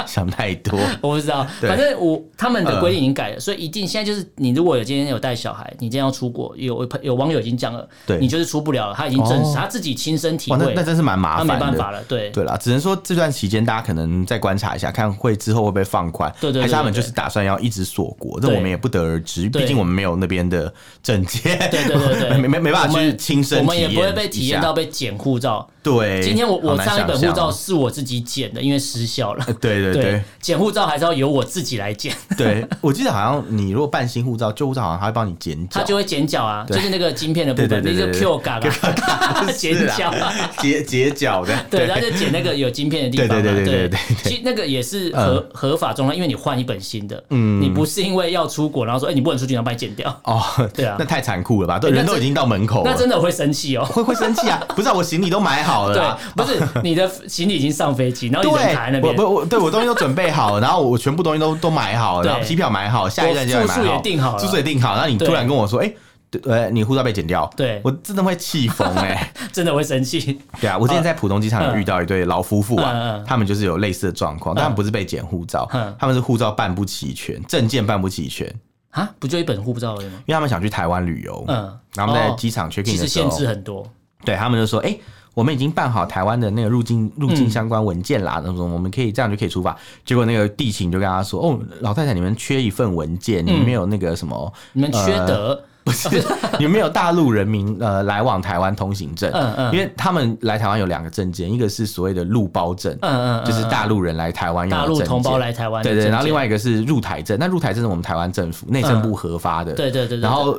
[SPEAKER 2] 想太多。
[SPEAKER 1] 我不知道，
[SPEAKER 2] 对
[SPEAKER 1] 反正我他们的规定已经改了，所以一定现在就是你如果有今天有带小孩，你今天要出国，有有网友已经讲了，
[SPEAKER 2] 对
[SPEAKER 1] 你就是出不了了，他已经证实、
[SPEAKER 2] 哦
[SPEAKER 1] 他自己亲身体
[SPEAKER 2] 哇，那
[SPEAKER 1] 会
[SPEAKER 2] 那，真是蛮
[SPEAKER 1] 他
[SPEAKER 2] 麻烦
[SPEAKER 1] 没
[SPEAKER 2] 的。
[SPEAKER 1] 办法了，对。
[SPEAKER 2] 对啦，只能说这段期间大家可能再观察一下，看会之后会不会放宽，
[SPEAKER 1] 对对对
[SPEAKER 2] 还是他们
[SPEAKER 1] 对对
[SPEAKER 2] 就是打算要一直锁国，这
[SPEAKER 1] 对
[SPEAKER 2] 我们也不得而知，
[SPEAKER 1] 对
[SPEAKER 2] 毕竟我们没有那边的证 件，
[SPEAKER 1] 对对对对
[SPEAKER 2] 没没没办
[SPEAKER 1] 我
[SPEAKER 2] 法
[SPEAKER 1] 们
[SPEAKER 2] 去亲身
[SPEAKER 1] 我们也不会
[SPEAKER 2] 一
[SPEAKER 1] 被体验
[SPEAKER 2] 下
[SPEAKER 1] 到。被剪护照。
[SPEAKER 2] 对，
[SPEAKER 1] 今天我
[SPEAKER 2] 好
[SPEAKER 1] 我
[SPEAKER 2] 难
[SPEAKER 1] 上一本
[SPEAKER 2] 想象
[SPEAKER 1] 护照
[SPEAKER 2] 哦，呃
[SPEAKER 1] 是我自己剪的，因为失效了。
[SPEAKER 2] 对对对，
[SPEAKER 1] 剪护照还是要由我自己来 剪，
[SPEAKER 2] 对，我记得好像你如果办新护照，旧护照好像他会帮你剪角，
[SPEAKER 1] 他就会剪角啊，就是那个晶片的部分，
[SPEAKER 2] 对
[SPEAKER 1] 那
[SPEAKER 2] 对对
[SPEAKER 1] 个
[SPEAKER 2] 对
[SPEAKER 1] Q 嘎 嘎剪角。
[SPEAKER 2] 啊截截角的，
[SPEAKER 1] 啊 对，啊他就剪那个有晶片的地方嘛。
[SPEAKER 2] 对对对对对对嗯
[SPEAKER 1] 其实那个也是合合法状态，因为你换一本新的，你不是因为要出国，然后说，哎，你不能出去，然后把你剪掉，
[SPEAKER 2] 哦，
[SPEAKER 1] 对啊
[SPEAKER 2] 那太残酷了吧？对，
[SPEAKER 1] 那
[SPEAKER 2] 人都
[SPEAKER 1] 这
[SPEAKER 2] 已经到门口
[SPEAKER 1] 那
[SPEAKER 2] 了，
[SPEAKER 1] 真的我会生气哦。
[SPEAKER 2] 会会生气啊！不是啊，我行李都买好 了
[SPEAKER 1] 对
[SPEAKER 2] 啊。，
[SPEAKER 1] 不是你的行李已经上飞机，然后
[SPEAKER 2] 对
[SPEAKER 1] 你人卡在那，
[SPEAKER 2] 我
[SPEAKER 1] 边，
[SPEAKER 2] 不我对我东西都准备好了，然后我全部东西都都买好了，
[SPEAKER 1] 对
[SPEAKER 2] 然后机票买好，下一站就要买
[SPEAKER 1] 住宿
[SPEAKER 2] 好，
[SPEAKER 1] 也订好了
[SPEAKER 2] 住宿也订好，然后你
[SPEAKER 1] 对
[SPEAKER 2] 突然跟我说，哎，对呃，你护照被剪掉，
[SPEAKER 1] 对
[SPEAKER 2] 我真的会气疯哎！
[SPEAKER 1] 真的会生气。
[SPEAKER 2] 对啊，我之前在浦东机场有遇到一对老夫妇
[SPEAKER 1] 嗯
[SPEAKER 2] 啊
[SPEAKER 1] 嗯，
[SPEAKER 2] 他们就是有类似的状况，但他们不是被剪护照
[SPEAKER 1] 嗯，
[SPEAKER 2] 他们是护照办不齐全，证件办不齐全，因
[SPEAKER 1] 啊，不就一本护照而已吗？
[SPEAKER 2] 为他们想去台湾旅游，
[SPEAKER 1] 嗯，
[SPEAKER 2] 然后他们在
[SPEAKER 1] 哦
[SPEAKER 2] 机场 check
[SPEAKER 1] 其
[SPEAKER 2] in
[SPEAKER 1] 实
[SPEAKER 2] 的时
[SPEAKER 1] 限
[SPEAKER 2] 候
[SPEAKER 1] 制，很多，
[SPEAKER 2] 对他们就说，哎、我们已经办好台湾的那个入境入境相关文件啦，那、种我们可以这样就可以出发。结果那个地勤就跟他说，哦，老太太，你们缺一份文件，
[SPEAKER 1] 嗯
[SPEAKER 2] 你们没有那个什么，
[SPEAKER 1] 你们缺德，
[SPEAKER 2] 不是， 你们没有大陆人民呃来往台湾通行证，
[SPEAKER 1] 嗯嗯
[SPEAKER 2] 因为他们来台湾有两个证件，一个是所谓的陆胞证，
[SPEAKER 1] 嗯嗯嗯，
[SPEAKER 2] 就是
[SPEAKER 1] 嗯
[SPEAKER 2] 大陆人来台湾用的
[SPEAKER 1] 大
[SPEAKER 2] 证
[SPEAKER 1] 陆
[SPEAKER 2] 件
[SPEAKER 1] 同胞。来台湾的
[SPEAKER 2] 对
[SPEAKER 1] 证件，嗯
[SPEAKER 2] 对，然后另外一个是入台证，那入台证是我们台湾政府内政部核发的，
[SPEAKER 1] 对对对对对
[SPEAKER 2] 然后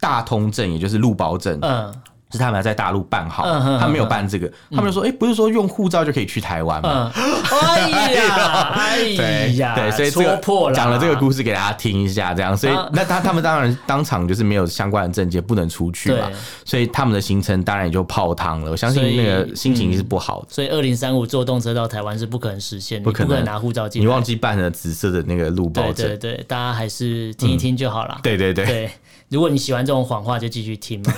[SPEAKER 2] 大通证也就是陆胞证，
[SPEAKER 1] 嗯
[SPEAKER 2] 是他们在大陆办好，
[SPEAKER 1] 嗯哼
[SPEAKER 2] 他没有办这个，他们就说，哎、不是说用护照就可以去台湾吗？
[SPEAKER 1] 嗯，哎呀哎
[SPEAKER 2] 对
[SPEAKER 1] 呀，
[SPEAKER 2] 对，所以这
[SPEAKER 1] 戳破
[SPEAKER 2] 个
[SPEAKER 1] 了，
[SPEAKER 2] 讲了这个故事给大家听一下，这样，所以
[SPEAKER 1] 啊
[SPEAKER 2] 那他他们当然当场就是没有相关的证件，不能出去嘛
[SPEAKER 1] 对，
[SPEAKER 2] 所以他们的行程当然也就泡汤了。我相
[SPEAKER 1] 所以
[SPEAKER 2] 信那个心情是不好的。
[SPEAKER 1] 所以二零三五坐动车到台湾是不可能实现的，
[SPEAKER 2] 不可能
[SPEAKER 1] 你不可能拿护照进来。
[SPEAKER 2] 你忘记办了紫色的那个路
[SPEAKER 1] 嗯对
[SPEAKER 2] 包证
[SPEAKER 1] 对，对，大家还是听一听就好啦。
[SPEAKER 2] 对对对对
[SPEAKER 1] 对，如果你喜欢这种谎话，就继续听 嘛。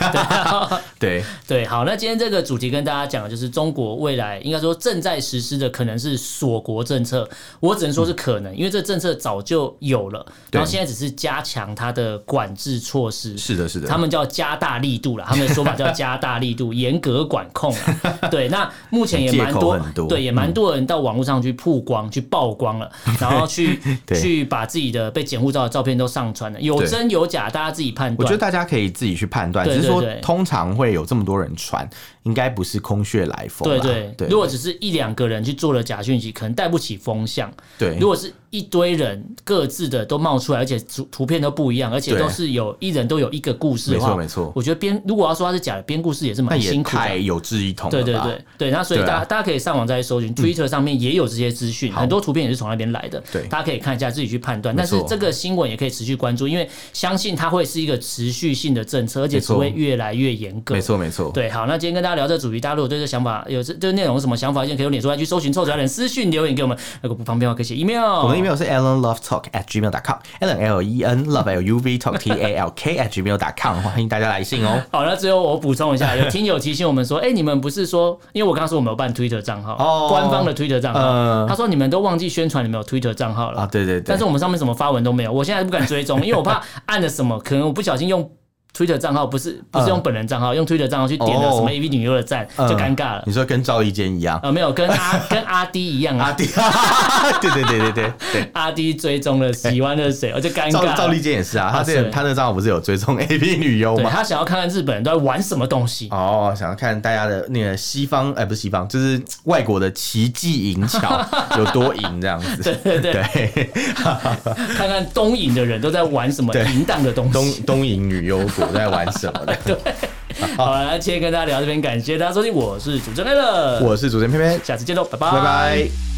[SPEAKER 1] 对
[SPEAKER 2] 对
[SPEAKER 1] 对，好，那今天这个主题跟大家讲的就是中国未来应该说正在实施的可能是锁国政策，我只能说是可能，因为这政策早就有了，然后
[SPEAKER 2] 对
[SPEAKER 1] 现在只是加强它的管制措施。
[SPEAKER 2] 是的，是的。
[SPEAKER 1] 他们叫加大力度了，他们的说法叫加大力度，严格管控 了。对，那目前也蛮多
[SPEAKER 2] 借口很，多
[SPEAKER 1] 对，也蛮多人到网络上去曝光、去曝光了，然后去
[SPEAKER 2] 嗯 对
[SPEAKER 1] 去把自己的被检护照的照片都上传了，有
[SPEAKER 2] 对
[SPEAKER 1] 真有假，大家自己判
[SPEAKER 2] 我觉得
[SPEAKER 1] 断。
[SPEAKER 2] 大家可以自己去判断，
[SPEAKER 1] 对
[SPEAKER 2] 只
[SPEAKER 1] 对
[SPEAKER 2] 是说
[SPEAKER 1] 对
[SPEAKER 2] 通常会有这么多人传，应该不是空穴来风
[SPEAKER 1] 对
[SPEAKER 2] 啦。
[SPEAKER 1] 对，
[SPEAKER 2] 对，
[SPEAKER 1] 如果只是一两个人去做了假讯息，可能带不起风向；
[SPEAKER 2] 对
[SPEAKER 1] 如果是一堆人各自的都冒出来，而且图图片都不一样，而且
[SPEAKER 2] 对
[SPEAKER 1] 都是有一人都有一个故事的话，
[SPEAKER 2] 没错没错
[SPEAKER 1] 我觉得编如果要说它是假的，编故事也是
[SPEAKER 2] 那
[SPEAKER 1] 蛮
[SPEAKER 2] 也
[SPEAKER 1] 辛苦的。
[SPEAKER 2] 太有志一同了
[SPEAKER 1] 对
[SPEAKER 2] 吧？
[SPEAKER 1] 对对对，那所以大
[SPEAKER 2] 对啊嗯
[SPEAKER 1] 家、大家可以上网再搜寻，Twitter 上面也有这些资讯，很多图片也是从那边来的，
[SPEAKER 2] 对
[SPEAKER 1] 大家可以看一下自己去判断。
[SPEAKER 2] 没
[SPEAKER 1] 但
[SPEAKER 2] 错
[SPEAKER 1] 是这个新闻也可以持续关注，因为相信它会是一个持续性的政策，而且
[SPEAKER 2] 没
[SPEAKER 1] 只
[SPEAKER 2] 错
[SPEAKER 1] 会越来越严格。
[SPEAKER 2] 没错没错。
[SPEAKER 1] 对，好，那今天跟大家聊这个主题，大家如果对这想法有这这内容有什么想法，意见可以用脸书来去搜寻臭嘴阿伦私讯留言给我们。如果不方便的 话，可以写 email。
[SPEAKER 2] 我们 email 是 allenlovetalk at gmail com allen l e n love l u v talk t a l k at gmail com，欢迎大家来信 哦。
[SPEAKER 1] 好，那最后我补充一下，有听友提醒我们说，哎、你们不是说，因为我刚刚说我们有办 Twitter 账号，
[SPEAKER 2] 哦
[SPEAKER 1] 官方的 Twitter 账号，
[SPEAKER 2] 嗯
[SPEAKER 1] 他说你们都忘记宣传你们有 Twitter 账号了。
[SPEAKER 2] 啊，对对对，
[SPEAKER 1] 但是我们上面什么发文都没有，我现在不敢追踪，因为我怕按了什么，可能我不小心用 Twitter 账号，不是不是用本人账号，用 Twitter 账号去点了什么
[SPEAKER 2] 嗯哦
[SPEAKER 1] AV 女优的赞，
[SPEAKER 2] 嗯
[SPEAKER 1] 就尴尬了
[SPEAKER 2] 你。说跟赵一坚一样，
[SPEAKER 1] 呃，没有，跟 阿跟阿 D 一样
[SPEAKER 2] 阿
[SPEAKER 1] 啊，
[SPEAKER 2] 弟，对对对对对对。
[SPEAKER 1] 阿 D 追踪了喜欢的谁，我就尴尬
[SPEAKER 2] 赵
[SPEAKER 1] 了。
[SPEAKER 2] 赵立坚也是啊，他这
[SPEAKER 1] 是
[SPEAKER 2] 个他那个账号不是有追踪 A B 女优
[SPEAKER 1] 对
[SPEAKER 2] 吗？
[SPEAKER 1] 他想要看看日本人都在玩什么东西。
[SPEAKER 2] 哦，想要看大家的那个西方，哎，不是西方，就是外国的奇技淫巧 有多淫这样子。
[SPEAKER 1] 对对对，
[SPEAKER 2] 对，
[SPEAKER 1] 看看东影的人都在玩什么
[SPEAKER 2] 对
[SPEAKER 1] 淫荡的东啊
[SPEAKER 2] 东
[SPEAKER 1] 西。
[SPEAKER 2] 东瀛女优国在玩什 么的？
[SPEAKER 1] 好了，那今天跟大家聊到这边，感谢大家收听，我是主持人乐，
[SPEAKER 2] 我是主持人偏偏，
[SPEAKER 1] 下次见喽，拜拜
[SPEAKER 2] 拜拜。